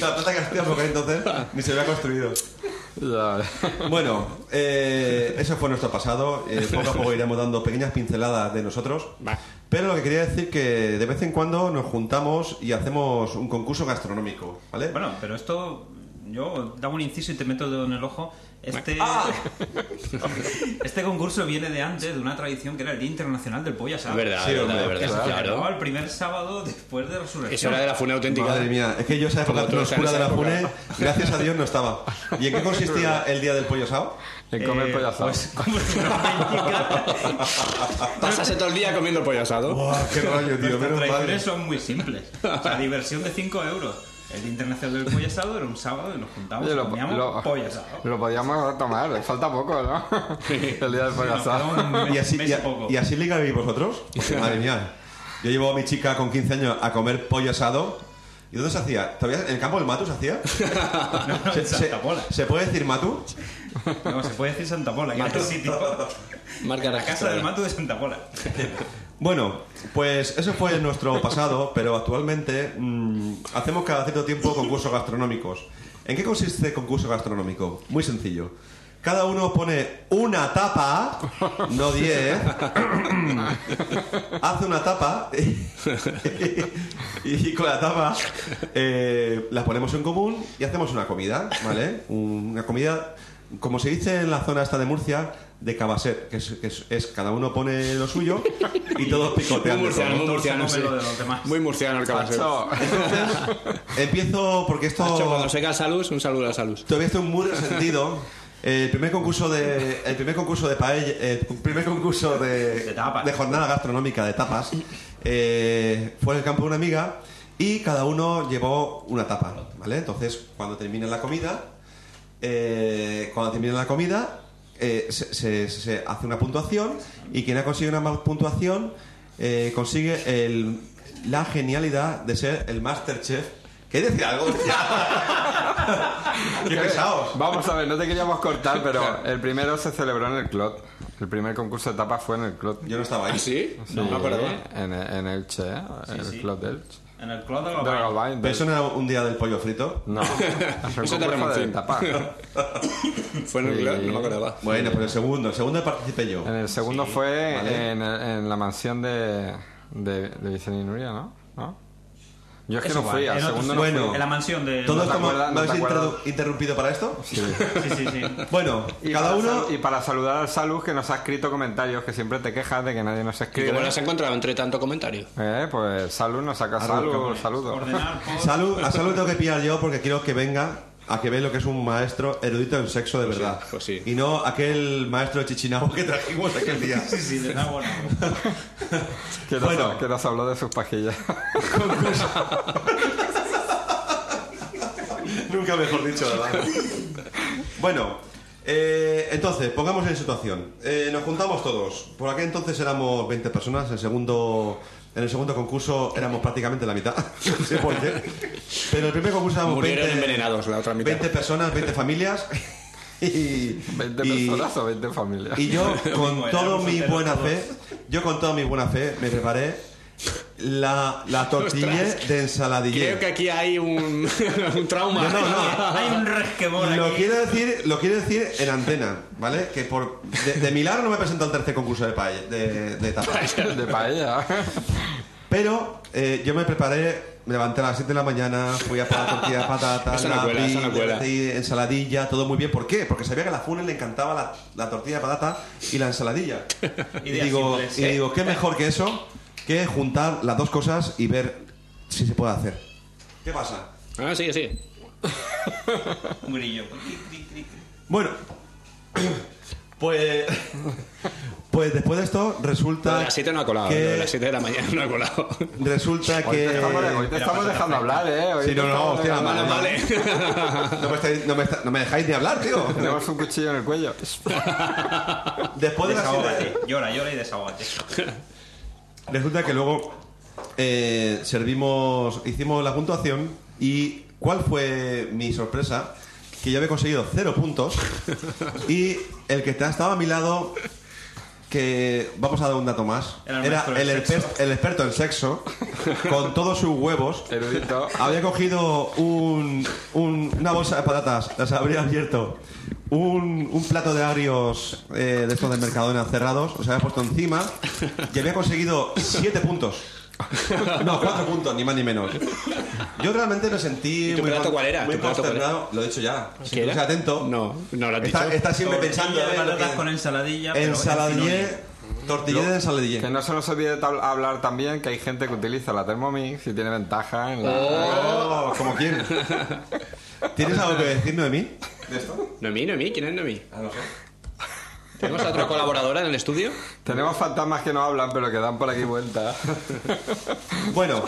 [SPEAKER 3] La plaza Castilla, porque entonces ni se había construido.
[SPEAKER 2] Ya.
[SPEAKER 3] Bueno, eh, eso fue nuestro pasado. Eh, poco a <laughs> poco iremos dando pequeñas pinceladas de nosotros.
[SPEAKER 1] Va.
[SPEAKER 3] Pero lo que quería decir que de vez en cuando nos juntamos y hacemos un concurso gastronómico, ¿vale?
[SPEAKER 4] Bueno, pero esto. Yo daba un inciso y te meto el dedo en el ojo. Este,
[SPEAKER 3] Ah.
[SPEAKER 4] <laughs> este concurso viene de antes, de una tradición que era el Día Internacional del Pollo
[SPEAKER 1] Es
[SPEAKER 4] Asado.
[SPEAKER 1] verdad,
[SPEAKER 3] Sí,
[SPEAKER 1] es verdad,
[SPEAKER 3] hombre,
[SPEAKER 1] es verdad,
[SPEAKER 3] claro.
[SPEAKER 4] Se celebraba
[SPEAKER 1] claro.
[SPEAKER 4] el primer sábado después de
[SPEAKER 1] Eso
[SPEAKER 4] Resurrección.
[SPEAKER 1] era de la fune auténtica.
[SPEAKER 3] Madre mía, es que yo sabes por la
[SPEAKER 1] Como todos en
[SPEAKER 3] oscura de
[SPEAKER 1] esa
[SPEAKER 3] la
[SPEAKER 1] época.
[SPEAKER 3] pune, gracias a Dios no estaba. ¿Y en qué <laughs> consistía el día del pollo asado?
[SPEAKER 2] En comer
[SPEAKER 4] Eh,
[SPEAKER 2] pollo asado.
[SPEAKER 4] pues, <laughs> como es una
[SPEAKER 1] <laughs>
[SPEAKER 4] auténtica-
[SPEAKER 1] Pasase todo el día comiendo pollo asado.
[SPEAKER 3] Buah, qué rollo, tío,
[SPEAKER 4] Nuestras
[SPEAKER 3] menos mal.
[SPEAKER 4] tradiciones son muy simples. O sea, diversión de 5 euros. El Día Internacional del Pollo Asado era un sábado y nos juntamos
[SPEAKER 2] Oye,
[SPEAKER 4] y
[SPEAKER 2] lo,
[SPEAKER 4] comíamos
[SPEAKER 2] lo-
[SPEAKER 4] pollo asado.
[SPEAKER 2] lo podíamos tomar, falta poco, ¿no? <laughs> El día del pollo
[SPEAKER 4] Nos
[SPEAKER 2] asado. <laughs>
[SPEAKER 4] quedaba un
[SPEAKER 3] <laughs>
[SPEAKER 4] mes-
[SPEAKER 3] ¿Y así,
[SPEAKER 4] mes
[SPEAKER 3] y,
[SPEAKER 4] y
[SPEAKER 3] a-
[SPEAKER 4] poco.
[SPEAKER 3] y así ligabais vosotros? Madre mía. Yo llevo a mi chica con 15 años a comer pollo asado. ¿Y dónde se hacía? ¿Todavía en el campo del Matu se hacía?
[SPEAKER 4] No,
[SPEAKER 3] <laughs>
[SPEAKER 4] no,
[SPEAKER 3] se,
[SPEAKER 4] en Santa Pola.
[SPEAKER 3] se- ¿se puede decir Matu?
[SPEAKER 4] No, se puede decir Santa Pola, que era el sitio.
[SPEAKER 1] Marca
[SPEAKER 4] La casa
[SPEAKER 1] registrada.
[SPEAKER 4] del mato de Santa Pola.
[SPEAKER 3] Bueno, pues eso fue nuestro pasado, pero actualmente mm, hacemos cada cierto tiempo concursos gastronómicos. ¿En qué consiste el concurso gastronómico? Muy sencillo. Cada uno pone una tapa, no 10, hace una tapa y, y con la tapa eh, la ponemos en común y hacemos una comida, ¿vale? Una comida, como se dice en la zona esta de Murcia, de cabaset, que es, que es- es cada uno pone lo suyo y todos
[SPEAKER 1] Muy
[SPEAKER 3] picoteando.
[SPEAKER 1] murciano, muy
[SPEAKER 4] Todos
[SPEAKER 1] murciano,
[SPEAKER 4] se
[SPEAKER 1] sí.
[SPEAKER 4] comen lo de los demás.
[SPEAKER 1] Muy murciano el caballero.
[SPEAKER 2] Macho,
[SPEAKER 3] Empiezo porque esto...
[SPEAKER 1] Nacho, cuando se cae Salus, un saludo a Salus.
[SPEAKER 3] Todavía estoy muy resentido. El primer concurso de el primer concurso de paella, eh, el primer concurso de,
[SPEAKER 4] De tapas.
[SPEAKER 3] jornada gastronómica de tapas eh, fue en el campo de una amiga y cada uno llevó una tapa, ¿vale? Entonces cuando termina la comida, eh, cuando termina la comida eh, se, se- se hace una puntuación y quien ha conseguido una más puntuación eh, consigue el- la genialidad de ser el Masterchef. ¿Queréis
[SPEAKER 2] <laughs>
[SPEAKER 3] decir algo? ¡Qué pesados!
[SPEAKER 2] Vamos a ver, no te queríamos cortar, pero el primero se celebró en el Clot. El primer concurso de tapas fue en el Clot.
[SPEAKER 3] Yo no estaba ahí.
[SPEAKER 1] ¿Ah, sí? No
[SPEAKER 2] Sí,
[SPEAKER 1] me acordaba.
[SPEAKER 2] En, en Elche, ¿eh? el
[SPEAKER 4] sí. Ah,
[SPEAKER 2] Clot de Elche.
[SPEAKER 4] En el club de
[SPEAKER 2] De
[SPEAKER 4] la Bahía.
[SPEAKER 2] Galván,
[SPEAKER 3] Pero
[SPEAKER 2] del-
[SPEAKER 3] eso no era un día del pollo frito.
[SPEAKER 2] No, fue un
[SPEAKER 1] Eso te
[SPEAKER 2] concurso de
[SPEAKER 1] remonté.
[SPEAKER 2] tapas.
[SPEAKER 1] Fue en el
[SPEAKER 2] Sí. Eh,
[SPEAKER 1] club, no me acordaba.
[SPEAKER 3] Bueno, pues el segundo, el segundo participé yo.
[SPEAKER 2] En el segundo fue
[SPEAKER 3] vale.
[SPEAKER 2] en, el- en la mansión de, de, de Vicente y Nuria, ¿no? ¿No? Yo es que
[SPEAKER 4] Es
[SPEAKER 2] no
[SPEAKER 4] igual,
[SPEAKER 2] fui, al
[SPEAKER 4] en otro
[SPEAKER 2] segundo no
[SPEAKER 3] sitio.
[SPEAKER 2] fui.
[SPEAKER 3] Bueno.
[SPEAKER 4] En la mansión de.
[SPEAKER 3] ¿Todo
[SPEAKER 2] te
[SPEAKER 3] esto me-
[SPEAKER 2] acuerdas,
[SPEAKER 3] me
[SPEAKER 2] no te
[SPEAKER 3] habéis
[SPEAKER 2] acuerdas.
[SPEAKER 3] interru- interrumpido para esto?
[SPEAKER 2] Sí.
[SPEAKER 4] Sí, sí, sí.
[SPEAKER 3] Bueno,
[SPEAKER 2] Y
[SPEAKER 3] cada
[SPEAKER 2] para
[SPEAKER 3] uno.
[SPEAKER 2] sal- Y para saludar al Salud que nos ha escrito comentarios, que siempre te quejas de que nadie nos
[SPEAKER 1] ¿Y
[SPEAKER 2] escribe.
[SPEAKER 1] cómo las has encontrado entre tanto comentario?
[SPEAKER 2] Eh, pues Salud nos saca Salud, saludos.
[SPEAKER 4] Ordenar por.
[SPEAKER 3] Salud, a salud tengo que pillar yo porque quiero que venga a que vea lo que es un maestro erudito en sexo de
[SPEAKER 1] Pues sí,
[SPEAKER 3] verdad.
[SPEAKER 1] pues sí.
[SPEAKER 3] Y no aquel maestro chichinabo que trajimos aquel
[SPEAKER 1] <laughs>
[SPEAKER 3] día.
[SPEAKER 4] Sí, sí, de nada bueno.
[SPEAKER 2] <laughs> Que nos,
[SPEAKER 3] Bueno.
[SPEAKER 2] que nos habló de sus pajillas. <laughs>
[SPEAKER 3] Nunca mejor dicho, ¿verdad? bueno, eh, entonces, pongamos en situación. Eh, nos juntamos todos. Por aquel entonces éramos 20 personas. El segundo, en el segundo concurso éramos prácticamente la mitad. <laughs> No sé por qué. Pero el primer concurso éramos
[SPEAKER 1] Murieron
[SPEAKER 3] 20,
[SPEAKER 1] envenenados la otra mitad.
[SPEAKER 3] 20 personas, 20 familias.
[SPEAKER 1] <laughs>
[SPEAKER 3] Y,
[SPEAKER 2] 20
[SPEAKER 3] y-
[SPEAKER 2] personas o 20
[SPEAKER 1] <laughs>
[SPEAKER 2] familias. <laughs>
[SPEAKER 3] y yo, con
[SPEAKER 4] Bueno,
[SPEAKER 3] toda
[SPEAKER 4] éramos
[SPEAKER 3] mi
[SPEAKER 4] solteros
[SPEAKER 3] buena
[SPEAKER 4] todos.
[SPEAKER 3] fe, yo con toda mi buena fe me preparé la, la tortilla
[SPEAKER 1] Ostras.
[SPEAKER 3] de ensaladilla.
[SPEAKER 1] Creo que aquí hay un, <laughs> un trauma.
[SPEAKER 3] No, no, no.
[SPEAKER 4] Hay un resquemor
[SPEAKER 3] Lo
[SPEAKER 4] aquí.
[SPEAKER 3] quiero decir, lo quiero decir en antena, ¿vale? Que por de, de milagro no me presento al tercer concurso
[SPEAKER 1] <laughs>
[SPEAKER 3] de paella, de, de tapas. <laughs>
[SPEAKER 2] De paella.
[SPEAKER 3] Pero eh, yo me preparé me levanté a las 7 de la mañana, fui a por la tortilla de
[SPEAKER 1] <laughs>
[SPEAKER 3] patata,
[SPEAKER 1] Eso no
[SPEAKER 3] la
[SPEAKER 1] cuela,
[SPEAKER 3] abrí,
[SPEAKER 1] eso no
[SPEAKER 3] le
[SPEAKER 1] cuela.
[SPEAKER 3] metí ensaladilla, todo muy bien. ¿Por qué? Porque sabía que a la Funes le encantaba la, la tortilla de patata y
[SPEAKER 1] <laughs>
[SPEAKER 3] la ensaladilla. y,
[SPEAKER 4] Ideas
[SPEAKER 3] digo,
[SPEAKER 4] simples.
[SPEAKER 3] y digo, ¿qué mejor que eso? Que juntar las dos cosas y ver si se puede hacer. ¿Qué pasa?
[SPEAKER 1] Ah, sí, sí.
[SPEAKER 4] Un grillo.
[SPEAKER 3] Bueno, <clears throat> pues, <laughs> pues después de esto resulta
[SPEAKER 1] Lo de las 7 no ha colado,
[SPEAKER 3] Ah, que-
[SPEAKER 1] lo de las 7 de la mañana no ha colado.
[SPEAKER 3] resulta
[SPEAKER 2] Hoy te Pues estamos, hoy te
[SPEAKER 3] que
[SPEAKER 2] estamos dejando hablar, ¿eh? Hoy
[SPEAKER 3] Sí,
[SPEAKER 2] te
[SPEAKER 3] no, no,
[SPEAKER 2] estamos
[SPEAKER 3] hostia,
[SPEAKER 2] dejando
[SPEAKER 3] mala,
[SPEAKER 2] hablar.
[SPEAKER 3] mala.
[SPEAKER 1] Vale.
[SPEAKER 3] <laughs> no me, estáis- no me está- no me dejáis ni hablar, tío.
[SPEAKER 2] Tenemos un cuchillo en el cuello.
[SPEAKER 3] Después de las
[SPEAKER 4] Desahógate.
[SPEAKER 3] siete-
[SPEAKER 4] Llora, llora y desahógate.
[SPEAKER 3] resulta que luego eh, servimos, hicimos la puntuación y cuál fue mi sorpresa que yo había conseguido cero
[SPEAKER 4] <laughs>
[SPEAKER 3] puntos y el que estaba a mi lado que vamos a dar un dato más
[SPEAKER 4] Era el
[SPEAKER 3] era
[SPEAKER 4] maestro
[SPEAKER 3] el,
[SPEAKER 4] del
[SPEAKER 3] exper-
[SPEAKER 4] sexo.
[SPEAKER 3] el experto en sexo con todos sus
[SPEAKER 4] <laughs>
[SPEAKER 3] huevos <laughs>
[SPEAKER 2] Erudito.
[SPEAKER 3] Había cogido un, un- una bolsa de patatas, las habría abierto, un, un plato de agrios eh, de estos de Mercadona cerrados, los había puesto encima y había conseguido siete puntos. No, cuatro puntos, ni más ni menos. Yo realmente me sentí
[SPEAKER 1] ¿Y tu
[SPEAKER 3] muy,
[SPEAKER 1] plato
[SPEAKER 3] con-
[SPEAKER 1] cuál era?
[SPEAKER 3] muy
[SPEAKER 1] ¿Tu plato cuál era?
[SPEAKER 3] consternado. Lo he dicho ya.
[SPEAKER 1] ¿Qué
[SPEAKER 3] Si tú
[SPEAKER 1] era?
[SPEAKER 3] seas atento.
[SPEAKER 1] No, no lo has
[SPEAKER 3] está,
[SPEAKER 1] dicho.
[SPEAKER 3] está siempre pensando
[SPEAKER 4] Tortilla de
[SPEAKER 3] en lo
[SPEAKER 4] patatas
[SPEAKER 3] que-
[SPEAKER 4] con ensaladilla. pero en
[SPEAKER 3] ensaladillé, tortillé de ensaladillé.
[SPEAKER 2] Que no se nos olvide tal- hablar también que hay gente que utiliza la Thermomix y tiene ventaja en la...
[SPEAKER 3] Oh,
[SPEAKER 1] <laughs>
[SPEAKER 3] ¿Como quién? ¿Tienes algo que decirnos de mí? ¿De esto?
[SPEAKER 1] Noemí, Noemí, ¿quién es Noemí?
[SPEAKER 3] Ah, no sé.
[SPEAKER 1] ¿Tenemos a otra
[SPEAKER 3] <laughs>
[SPEAKER 1] colaboradora en el estudio?
[SPEAKER 2] Tenemos fantasmas que no hablan, pero que dan por aquí vuelta. <laughs>
[SPEAKER 3] Bueno,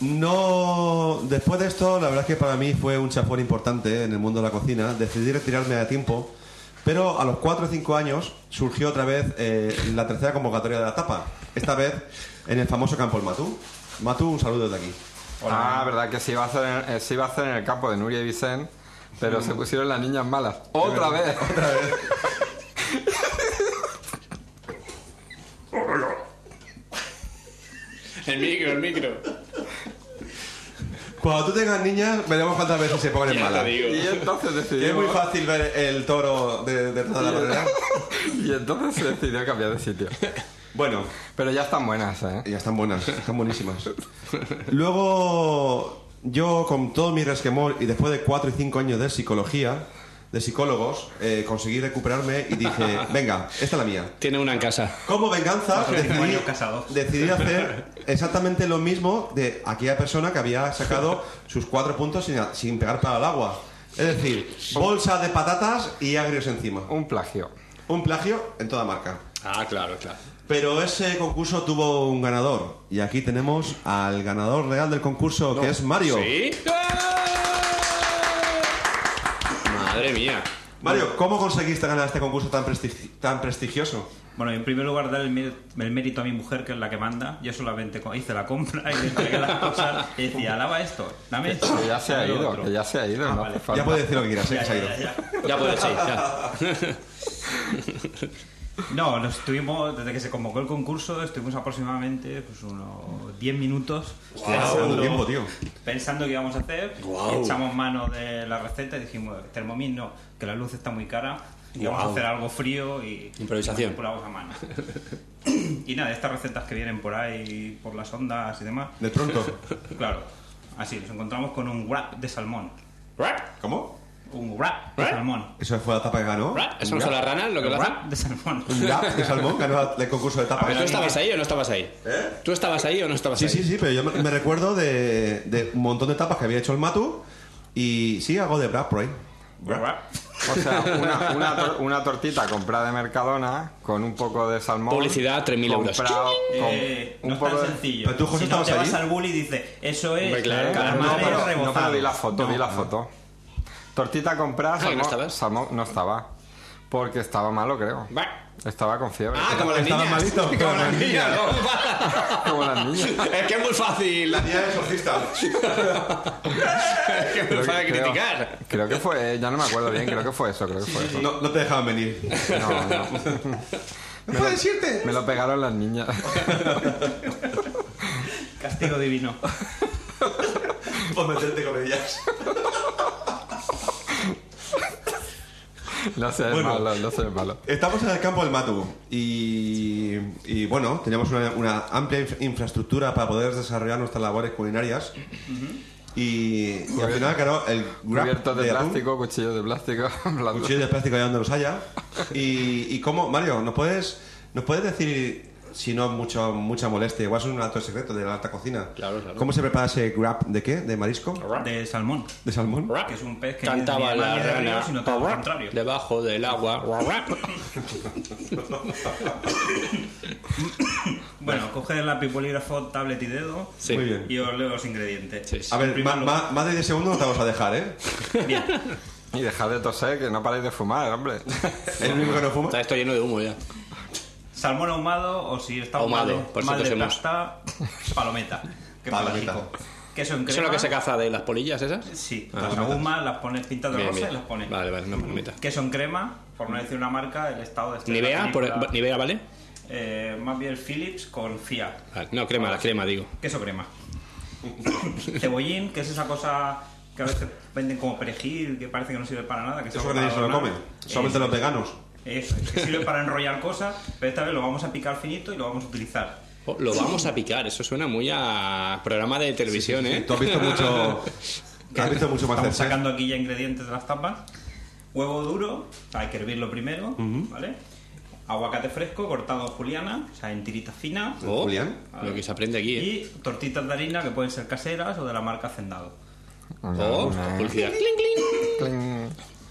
[SPEAKER 3] no. Después de esto, la verdad es que para mí fue un chafón importante en el mundo de la cocina. Decidí retirarme a tiempo, pero a los 4 o 5 años surgió otra vez eh, la tercera convocatoria de la tapa. Esta vez en el famoso campo el Matú. Matú, un saludo desde aquí.
[SPEAKER 2] Ah, verdad que se iba, a hacer en, eh, se iba a hacer en el campo de Nuria y Vicent, pero
[SPEAKER 4] Mm.
[SPEAKER 2] se pusieron las niñas malas. ¡Otra vez!
[SPEAKER 1] El micro, el micro.
[SPEAKER 3] Cuando tú tengas niñas, veremos cuántas veces se ponen
[SPEAKER 1] Ya
[SPEAKER 3] malas.
[SPEAKER 1] te digo.
[SPEAKER 2] Y
[SPEAKER 4] <laughs>
[SPEAKER 2] entonces
[SPEAKER 3] Y es muy
[SPEAKER 2] decidimos...
[SPEAKER 3] fácil ver el toro de, de toda la manera.
[SPEAKER 2] Y entonces se decidió cambiar de sitio.
[SPEAKER 3] Bueno,
[SPEAKER 2] Pero ya están buenas, ¿eh?
[SPEAKER 3] Ya están
[SPEAKER 4] <laughs>
[SPEAKER 3] buenas, están buenísimas. Luego, yo con todo mi resquemor y después de 4 y 5 años de psicología, de psicólogos, eh, conseguí recuperarme y
[SPEAKER 4] <laughs>
[SPEAKER 3] dije, venga, esta es la mía.
[SPEAKER 1] Tiene una en casa.
[SPEAKER 3] Como venganza,
[SPEAKER 4] Hace cinco
[SPEAKER 3] decidí,
[SPEAKER 4] años casados.
[SPEAKER 3] decidí hacer
[SPEAKER 4] <laughs>
[SPEAKER 3] exactamente lo mismo de aquella persona que había
[SPEAKER 4] <laughs>
[SPEAKER 3] sacado sus cuatro puntos sin, sin pegar para el agua. Es decir, bolsa de patatas y agrios encima.
[SPEAKER 2] Un plagio.
[SPEAKER 3] Un plagio en toda marca.
[SPEAKER 1] Ah, claro, claro.
[SPEAKER 3] Pero ese concurso tuvo un ganador. Y aquí tenemos al ganador real del concurso, que es Mario.
[SPEAKER 1] ¿Sí? Madre mía.
[SPEAKER 3] Mario, ¿cómo conseguiste ganar este concurso tan, prestigi- tan prestigioso?
[SPEAKER 4] Bueno, en primer lugar, dar el mérito, el mérito a mi mujer, que es la que manda. Yo solamente co- hice la compra y le entregué las cosas y decía, lava esto, dame esto.
[SPEAKER 2] Que ya se ha
[SPEAKER 4] dame lo
[SPEAKER 2] ido,
[SPEAKER 4] <laughs> otro".
[SPEAKER 2] que ya se ha ido.
[SPEAKER 4] Ah,
[SPEAKER 2] no
[SPEAKER 4] vale.
[SPEAKER 2] hace falta.
[SPEAKER 3] Ya puedes decir lo que quieras, sé
[SPEAKER 4] Ya,
[SPEAKER 3] que se ha
[SPEAKER 4] ya,
[SPEAKER 3] ido.
[SPEAKER 4] ya, ya.
[SPEAKER 1] Ya puedes ir, ya.
[SPEAKER 4] No, nos estuvimos, desde que se convocó el concurso, estuvimos aproximadamente pues, unos 10 minutos
[SPEAKER 3] Hostia, tanto tiempo, tío.
[SPEAKER 4] pensando qué íbamos a hacer.
[SPEAKER 1] Guau.
[SPEAKER 4] Echamos mano de la receta y dijimos, Thermomix no, que la luz está muy cara, y vamos a
[SPEAKER 1] Guau.
[SPEAKER 4] hacer algo frío y
[SPEAKER 1] Improvisación.
[SPEAKER 4] manipulamos
[SPEAKER 1] <coughs>
[SPEAKER 4] a mano. y nada, estas recetas que vienen por ahí, por las ondas y demás,
[SPEAKER 3] De pronto.
[SPEAKER 4] claro, así, nos encontramos con un wrap de salmón.
[SPEAKER 3] ¿Cómo?
[SPEAKER 4] Un wrap de
[SPEAKER 1] ¿Eh?
[SPEAKER 4] salmón.
[SPEAKER 3] Eso fue la tapa que ganó.
[SPEAKER 1] ¿Eso no son las ranas lo que
[SPEAKER 4] Un
[SPEAKER 1] lo hacen?
[SPEAKER 4] wrap de salmón.
[SPEAKER 3] Un rap de Salmón ganó el concurso de tapa.
[SPEAKER 1] ¿Pero tú estabas ahí o no estabas ahí? ¿Tú estabas ahí o no estabas
[SPEAKER 3] Sí,
[SPEAKER 1] ahí?
[SPEAKER 3] sí, sí, pero yo me, me recuerdo de, de un montón de tapas que había hecho el Matu. Y sí, hago de Brad por ahí.
[SPEAKER 4] Wrap.
[SPEAKER 2] O sea, una,
[SPEAKER 4] <laughs>
[SPEAKER 2] una tor- una tortita comprada de Mercadona con un poco de salmón.
[SPEAKER 1] Publicidad, 3.000 euros.
[SPEAKER 2] comprado con
[SPEAKER 4] Eh,
[SPEAKER 2] un
[SPEAKER 4] no es
[SPEAKER 2] poco
[SPEAKER 4] tan
[SPEAKER 2] de-
[SPEAKER 4] sencillo.
[SPEAKER 3] Pero tú, José,
[SPEAKER 4] si no
[SPEAKER 3] estabas
[SPEAKER 4] te vas
[SPEAKER 3] allí.
[SPEAKER 4] al bully y dices, eso es
[SPEAKER 1] Hombre, claro.
[SPEAKER 2] Eh, No,
[SPEAKER 4] calamares
[SPEAKER 2] pero, no,
[SPEAKER 4] rebozados.
[SPEAKER 2] pero vi la foto, vi la
[SPEAKER 4] No.
[SPEAKER 2] foto. Tortita comprada,
[SPEAKER 1] Ah, ¿que
[SPEAKER 2] salmón,
[SPEAKER 1] no estabas?
[SPEAKER 2] salmón no estaba. Porque estaba malo, creo.
[SPEAKER 1] Va.
[SPEAKER 2] Estaba con fiebre.
[SPEAKER 1] Ah,
[SPEAKER 2] <laughs>
[SPEAKER 1] como las
[SPEAKER 3] Estaba
[SPEAKER 1] niñas.
[SPEAKER 3] malito.
[SPEAKER 1] Como las niñas, ¿no? Va.
[SPEAKER 2] Como las niñas.
[SPEAKER 1] <laughs> Es que es muy <laughs> fácil.
[SPEAKER 3] tía de exorcista.
[SPEAKER 1] Es que es muy fácil
[SPEAKER 2] creo-
[SPEAKER 1] criticar.
[SPEAKER 2] Creo que fue, eh, ya no me acuerdo bien, creo que fue eso, creo que fue eso.
[SPEAKER 3] No, no te dejaban venir.
[SPEAKER 1] <laughs>
[SPEAKER 2] No, no.
[SPEAKER 3] ¡No puedes irte!
[SPEAKER 2] Me lo pegaron las niñas. <laughs>
[SPEAKER 4] Castigo divino.
[SPEAKER 3] Por meterte con ellas.
[SPEAKER 2] No sé,
[SPEAKER 3] Bueno.
[SPEAKER 2] malo, no sé, malo.
[SPEAKER 3] Estamos en el campo del Matu y, y, bueno, tenemos una, una amplia inf- infraestructura para poder desarrollar nuestras labores culinarias. Y, y al final, claro, el grab
[SPEAKER 2] Cubiertos de
[SPEAKER 3] de atún,
[SPEAKER 2] plástico, cuchillos de plástico, <laughs> hablando.
[SPEAKER 3] cuchillos de plástico allá donde los haya. Y, y cómo, Mario, ¿nos puedes, ¿nos puedes decir, si no mucho, mucha molestia, igual es un alto secreto de la alta cocina?
[SPEAKER 1] Claro, claro.
[SPEAKER 3] ¿Cómo se prepara ese grab de qué? ¿De marisco?
[SPEAKER 4] De salmón.
[SPEAKER 3] ¿De salmón?
[SPEAKER 1] Rap.
[SPEAKER 4] Que es un pez que
[SPEAKER 1] cantaba
[SPEAKER 4] ni de
[SPEAKER 1] la
[SPEAKER 4] mar ni de río,
[SPEAKER 1] rana
[SPEAKER 4] sino todo lo contrario.
[SPEAKER 1] debajo del agua. Rap.
[SPEAKER 4] Bueno, coger lápiz, bolígrafo, tablet y dedo
[SPEAKER 1] Sí.
[SPEAKER 3] Muy bien.
[SPEAKER 4] y os leo los ingredientes.
[SPEAKER 1] Sí, sí.
[SPEAKER 3] A ver, ma-
[SPEAKER 4] Primero-
[SPEAKER 3] ma- más de 10 segundos no te vamos a dejar,
[SPEAKER 1] <laughs>
[SPEAKER 3] ¿eh?
[SPEAKER 4] Bien.
[SPEAKER 2] Y dejad de toser, que no paráis de fumar, hombre.
[SPEAKER 3] El único que no fuma.
[SPEAKER 1] Está esto lleno de humo ya.
[SPEAKER 4] Salmón ahumado o si está
[SPEAKER 1] Ahumado,
[SPEAKER 4] ahumado,
[SPEAKER 1] por si
[SPEAKER 4] mal de
[SPEAKER 1] tosemos.
[SPEAKER 4] pasta,
[SPEAKER 1] <laughs>
[SPEAKER 4] palometa. Que
[SPEAKER 3] Palometa.
[SPEAKER 4] palometa. Queso en crema.
[SPEAKER 1] ¿Eso es lo que se caza de las polillas esas?
[SPEAKER 4] Sí,
[SPEAKER 1] Ah,
[SPEAKER 4] las ahumas, las pones pintas de
[SPEAKER 1] Bien,
[SPEAKER 4] rosa y
[SPEAKER 1] bien.
[SPEAKER 4] las pones.
[SPEAKER 1] Vale, vale, no me metas.
[SPEAKER 4] Queso en crema, por no decir una marca, el estado de este
[SPEAKER 1] Nivea,
[SPEAKER 4] la película.
[SPEAKER 1] por, Nivea, ¿vale?
[SPEAKER 4] Eh, más bien Philips con FIA.
[SPEAKER 1] Vale, No, crema, la crema, digo.
[SPEAKER 4] Queso crema. <laughs> Cebollín, que es esa cosa que a veces venden como perejil, que parece que no sirve para nada. Que
[SPEAKER 3] Eso
[SPEAKER 4] solo
[SPEAKER 3] que nadie se lo
[SPEAKER 4] para
[SPEAKER 3] come.
[SPEAKER 4] adornar.
[SPEAKER 3] Solamente
[SPEAKER 4] Eso
[SPEAKER 3] los veganos.
[SPEAKER 4] es, eso es, que sirve para enrollar cosas, pero esta vez lo vamos a picar finito y lo vamos a utilizar.
[SPEAKER 1] Oh, lo vamos a picar, eso suena muy a programa de televisión, ¿eh?
[SPEAKER 3] Tú has visto mucho. has visto mucho más
[SPEAKER 4] Estamos sacando aquí ya ingredientes de las tapas. Huevo duro, hay que hervirlo primero, ¿vale? Aguacate fresco cortado en juliana, o sea, en tiritas finas.
[SPEAKER 1] Oh,
[SPEAKER 3] Julián.
[SPEAKER 1] Lo que se aprende aquí, ¿eh?
[SPEAKER 4] Y tortitas de harina que pueden ser caseras o de la marca Hacendado.
[SPEAKER 1] Oh, publicidad. Cling, cling.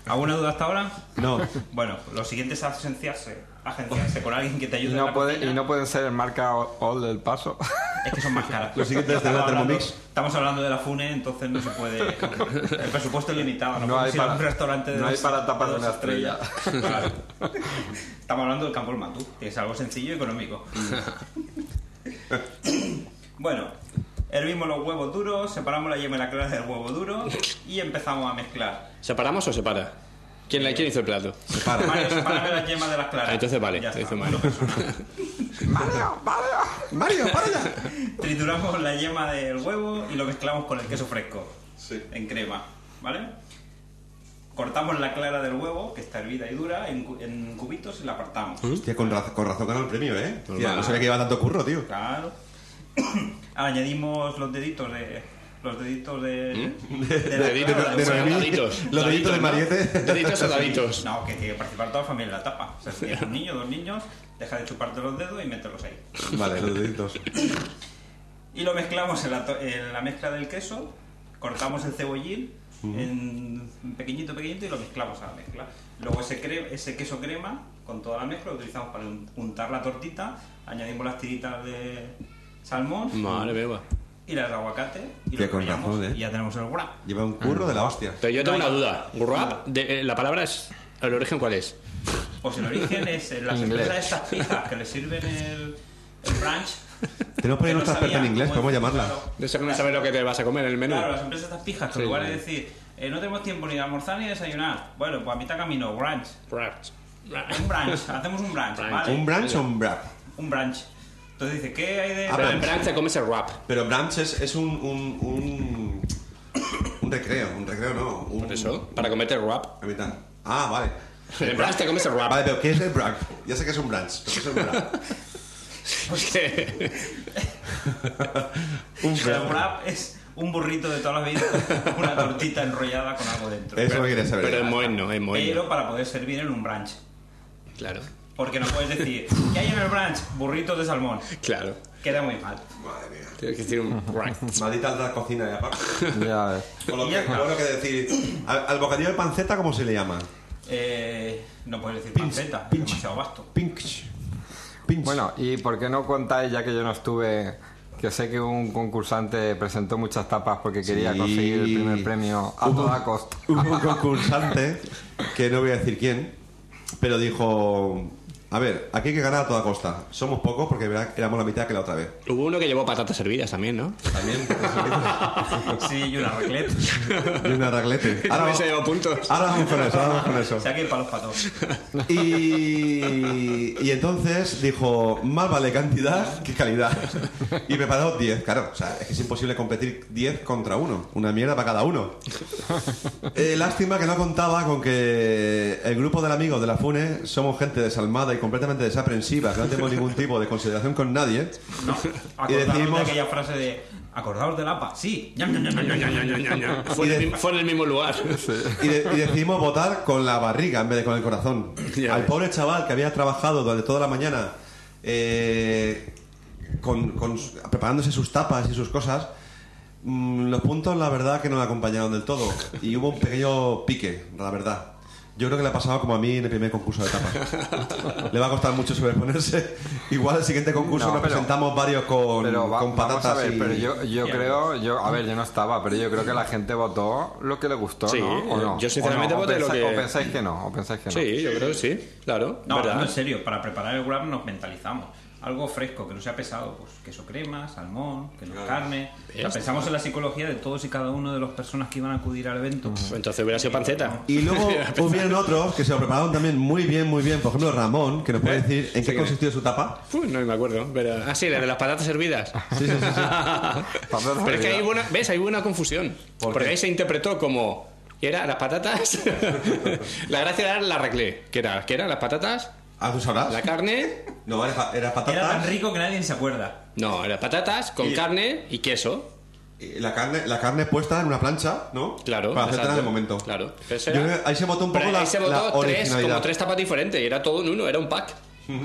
[SPEAKER 4] ¿Alguna duda hasta ahora?
[SPEAKER 3] No.
[SPEAKER 4] Bueno, lo siguiente es agenciarse, agenciarse con alguien que te
[SPEAKER 2] Y
[SPEAKER 4] ayude. en
[SPEAKER 2] no,
[SPEAKER 4] la
[SPEAKER 2] puede,
[SPEAKER 4] cocina.
[SPEAKER 2] y no pueden ser en marca O- All del Paso.
[SPEAKER 4] Es que son más caras.
[SPEAKER 3] Lo siguiente es
[SPEAKER 4] Estamos
[SPEAKER 3] tener la
[SPEAKER 4] hablando-
[SPEAKER 3] Thermomix.
[SPEAKER 4] Estamos hablando de la FUNE, entonces no
[SPEAKER 2] <laughs>
[SPEAKER 4] se puede. El presupuesto es limitado. No,
[SPEAKER 2] No
[SPEAKER 4] podemos
[SPEAKER 2] hay
[SPEAKER 4] ir a
[SPEAKER 2] para-
[SPEAKER 4] un restaurante de
[SPEAKER 2] no hay
[SPEAKER 4] dos-
[SPEAKER 2] para tapas
[SPEAKER 4] dos
[SPEAKER 2] de una estrella.
[SPEAKER 4] estrellas. Claro. Estamos hablando del campo del Matú, que es algo sencillo y
[SPEAKER 2] <laughs>
[SPEAKER 4] económico. bueno, hervimos los huevos duros, separamos la yema y la clara del huevo duro y empezamos a mezclar.
[SPEAKER 1] ¿Separamos o separa? ¿Quién, la- ¿Quién hizo el plato?
[SPEAKER 4] <laughs> Mario, sepárame las yemas de las claras.
[SPEAKER 1] Ah, entonces vale,
[SPEAKER 4] Ya está, pues,
[SPEAKER 1] hizo mal.
[SPEAKER 4] una persona.
[SPEAKER 2] ¡Mario, Mario!
[SPEAKER 3] Mario, para ya.
[SPEAKER 4] Trituramos la yema del huevo y lo mezclamos con el queso fresco.
[SPEAKER 3] Sí.
[SPEAKER 4] En crema, ¿vale? Cortamos la clara del huevo, que está hervida y dura, en, cu- en cubitos y la apartamos.
[SPEAKER 3] Hostia, con, raz- con razón ganó el premio, ¿eh? Hostia,
[SPEAKER 1] Normal.
[SPEAKER 3] no sabía que iba tanto curro,
[SPEAKER 4] <laughs>
[SPEAKER 3] tío.
[SPEAKER 4] Claro. <clears throat> Añadimos los deditos de. Los deditos de. de la
[SPEAKER 1] Deditos de-
[SPEAKER 4] clara del
[SPEAKER 1] de
[SPEAKER 4] huevo.
[SPEAKER 1] Noemí.
[SPEAKER 3] deditos. Los deditos
[SPEAKER 1] Daditos,
[SPEAKER 3] de
[SPEAKER 1] ¿no?
[SPEAKER 3] Mariette.
[SPEAKER 1] ¿Deditos o
[SPEAKER 3] <laughs>
[SPEAKER 1] daditos?
[SPEAKER 4] No, que tiene que participar toda la familia en la tapa. O sea, si tienes un niño, dos niños, deja de chuparte los dedos y mételos ahí.
[SPEAKER 3] Vale, los deditos.
[SPEAKER 4] Y lo mezclamos en la, to- en la mezcla del queso, cortamos el cebollín en pequeñito, pequeñito y lo mezclamos a la mezcla. Luego ese, cre- ese queso crema con toda la mezcla lo utilizamos para un- untar la tortita, añadimos las tiritas de salmón
[SPEAKER 1] Madre mía. va.
[SPEAKER 4] y las de aguacate y
[SPEAKER 3] Que
[SPEAKER 4] lo
[SPEAKER 3] con
[SPEAKER 4] enrollamos
[SPEAKER 3] razón, ¿eh?
[SPEAKER 4] y ya tenemos el wrap.
[SPEAKER 3] Lleva un curro de la hostia.
[SPEAKER 1] Pero yo tengo
[SPEAKER 4] No,
[SPEAKER 1] una
[SPEAKER 4] no.
[SPEAKER 1] duda. Wrap, de- eh, la palabra es... ¿El origen cuál es?
[SPEAKER 4] Pues el origen es en las
[SPEAKER 2] Inglés.
[SPEAKER 4] empresas de estas pizzas que le sirven el, el brunch.
[SPEAKER 3] Tenemos por ahí
[SPEAKER 4] que
[SPEAKER 3] nuestra experta en
[SPEAKER 4] sabían
[SPEAKER 3] inglés,
[SPEAKER 4] cómo
[SPEAKER 3] ¿podemos llamarla?
[SPEAKER 4] decirlo.
[SPEAKER 1] De eso que no sabes lo que te vas a comer en el menú.
[SPEAKER 4] Claro, las empresas estas pijas, que
[SPEAKER 1] Sí,
[SPEAKER 4] en lugar
[SPEAKER 1] sí.
[SPEAKER 4] de decir, eh, no tenemos tiempo ni de almorzar ni de desayunar. Bueno, pues a mitad camino, brunch.
[SPEAKER 1] Wrap.
[SPEAKER 4] Un brunch, hacemos un brunch,
[SPEAKER 1] Brunch.
[SPEAKER 4] ¿vale?
[SPEAKER 3] ¿Un brunch o un wrap?
[SPEAKER 4] Un brunch. Entonces dice, ¿qué hay de
[SPEAKER 3] Ah,
[SPEAKER 1] Pero en
[SPEAKER 4] brunch?
[SPEAKER 1] Francia se come ese wrap.
[SPEAKER 3] Pero brunch es, es un, un, un. un recreo, un recreo no. Un,
[SPEAKER 1] Por eso, para comerte el wrap.
[SPEAKER 3] A mitad. Ah, vale.
[SPEAKER 1] En Francia te comes el wrap.
[SPEAKER 3] Vale, pero ¿qué es el brunch? Ya sé que es un brunch. pero ¿Qué es un brunch?
[SPEAKER 1] <laughs> Es que-
[SPEAKER 3] un
[SPEAKER 4] El wrap es un burrito de toda la vida, <laughs> una tortita enrollada con algo dentro.
[SPEAKER 3] Eso lo quieres saber.
[SPEAKER 1] Pero es moeno, es
[SPEAKER 4] Pero
[SPEAKER 1] moeno.
[SPEAKER 4] para poder servir en un brunch.
[SPEAKER 1] Claro,
[SPEAKER 4] Porque no puedes decir, ¿qué hay en el brunch? Burritos de salmón.
[SPEAKER 1] claro.
[SPEAKER 4] Queda muy mal.
[SPEAKER 3] Madre mía.
[SPEAKER 1] Tienes que decir un wrap.
[SPEAKER 3] Maldita la cocina, y aparte.
[SPEAKER 2] Ya ves.
[SPEAKER 3] O lo
[SPEAKER 4] Y
[SPEAKER 3] que,
[SPEAKER 4] ya está.
[SPEAKER 3] o lo que decir. Al, al bocadillo de panceta, ¿cómo se le llama?
[SPEAKER 4] Eh, no puedes decir panceta, es demasiado vasto.
[SPEAKER 3] Pinch. Pinch.
[SPEAKER 2] Bueno, ¿y por qué no contáis, ya que yo no estuve, que sé que un concursante presentó muchas tapas porque quería
[SPEAKER 3] Sí.
[SPEAKER 2] conseguir el primer premio a
[SPEAKER 3] Hubo-
[SPEAKER 2] toda costa?
[SPEAKER 3] Hubo un concursante, que no voy a decir quién, pero dijo: A ver, aquí hay que ganar a toda costa. Somos pocos porque verá, éramos la mitad que la otra vez.
[SPEAKER 1] Hubo uno que llevó patatas hervidas también, <laughs> ¿no?
[SPEAKER 3] También.
[SPEAKER 4] Sí, y una raclette.
[SPEAKER 3] y una raglete. Ahora,
[SPEAKER 1] También
[SPEAKER 3] vamos-
[SPEAKER 1] se llevó puntos.
[SPEAKER 3] ahora vamos con eso, ahora vamos con eso.
[SPEAKER 4] O sea, que para los patos.
[SPEAKER 3] Y, y entonces dijo, más vale cantidad que calidad. Y preparó 10, claro. O sea, es que es imposible competir 10 contra uno. Una mierda para cada uno. Eh, lástima que no contaba con que el grupo de amigos de la FUNE somos gente desalmada y completamente desaprensiva, que no tenemos ningún tipo de consideración con nadie.
[SPEAKER 4] No,
[SPEAKER 3] Y
[SPEAKER 4] acordaros
[SPEAKER 3] decimos-
[SPEAKER 4] de aquella frase de acordaros del APA. Sí. Ñam, ñam, ñam, ñam,
[SPEAKER 1] <laughs>
[SPEAKER 4] ñam, ñam, ñam, ñam.
[SPEAKER 1] Fue, en el mismo- fue en el mismo <laughs> lugar.
[SPEAKER 3] Y, de- y decidimos votar con la barriga en vez de con el corazón.
[SPEAKER 1] Ya
[SPEAKER 3] Al
[SPEAKER 1] ves.
[SPEAKER 3] pobre chaval que había trabajado durante toda la mañana eh, con- con- preparándose sus tapas y sus cosas, mm, los puntos la verdad que no le acompañaron del todo. Y hubo un pequeño pique, la verdad. Yo creo que le ha pasado como a mí en el primer concurso de tapas. le va a costar mucho sobreponerse. Igual el siguiente concurso
[SPEAKER 2] No,
[SPEAKER 3] nos
[SPEAKER 2] pero-
[SPEAKER 3] presentamos varios con,
[SPEAKER 2] Pero va-
[SPEAKER 3] con
[SPEAKER 2] vamos
[SPEAKER 3] patatas
[SPEAKER 2] a ver,
[SPEAKER 3] y-
[SPEAKER 2] pero yo, yo
[SPEAKER 1] y
[SPEAKER 2] creo, yo, a ver, yo no estaba, pero yo creo que la gente votó lo que le gustó,
[SPEAKER 1] Sí,
[SPEAKER 2] ¿no? ¿O
[SPEAKER 1] eh,
[SPEAKER 2] no?
[SPEAKER 1] yo sinceramente
[SPEAKER 2] ¿O no? ¿O
[SPEAKER 1] voté lo
[SPEAKER 2] pensáis-
[SPEAKER 1] que-
[SPEAKER 2] O pensáis que no, o pensáis que no.
[SPEAKER 1] Sí, yo creo que sí. Claro,
[SPEAKER 4] No,
[SPEAKER 1] ¿verdad?
[SPEAKER 4] hablando en serio, para preparar el wrap nos mentalizamos. Algo fresco, que no sea pesado, pues queso crema, salmón, que no es carne. O sea,
[SPEAKER 1] ¿Ves?
[SPEAKER 4] pensamos en la psicología de todos y cada uno de las personas que iban a acudir al evento.
[SPEAKER 1] Entonces hubiera sido panceta.
[SPEAKER 3] Y luego
[SPEAKER 1] <laughs>
[SPEAKER 3] hubieron otros que se lo prepararon también muy bien, muy bien. Por ejemplo, Ramón, que nos puede decir en qué
[SPEAKER 1] Sí,
[SPEAKER 3] consistió su tapa.
[SPEAKER 1] Uy, no me acuerdo, pero... Ah, sí, la de las patatas <laughs> hervidas.
[SPEAKER 3] Sí, sí, sí. sí.
[SPEAKER 1] Pero es que ahí hubo una, ¿ves? Ahí hubo una confusión.
[SPEAKER 3] ¿Por
[SPEAKER 1] porque
[SPEAKER 3] qué?
[SPEAKER 1] ahí se interpretó como... ¿Qué era? ¿Las patatas? <laughs> la gracia era la arreglé. ¿Qué era? ¿Qué era? ¿Las patatas?
[SPEAKER 3] ¿A tus
[SPEAKER 1] <laughs>
[SPEAKER 3] horas?
[SPEAKER 1] ¿La carne?
[SPEAKER 3] Ah, No, era, pa- era
[SPEAKER 4] Era tan
[SPEAKER 3] patatas.
[SPEAKER 4] rico que nadie se acuerda.
[SPEAKER 1] No, era patatas con
[SPEAKER 3] Y-
[SPEAKER 1] carne y queso.
[SPEAKER 3] y La carne, la carne puesta en una plancha, ¿no?
[SPEAKER 1] Claro.
[SPEAKER 3] Para hacerla en
[SPEAKER 1] exacto.
[SPEAKER 3] el momento.
[SPEAKER 1] Claro. Pero eso
[SPEAKER 3] Yo
[SPEAKER 1] era-
[SPEAKER 3] creo que ahí se votó un poco
[SPEAKER 1] Pero
[SPEAKER 3] la,
[SPEAKER 1] ahí se
[SPEAKER 3] la
[SPEAKER 1] votó tres,
[SPEAKER 3] originalidad.
[SPEAKER 1] como tres tapas diferentes. Y era todo en uno, era un pack.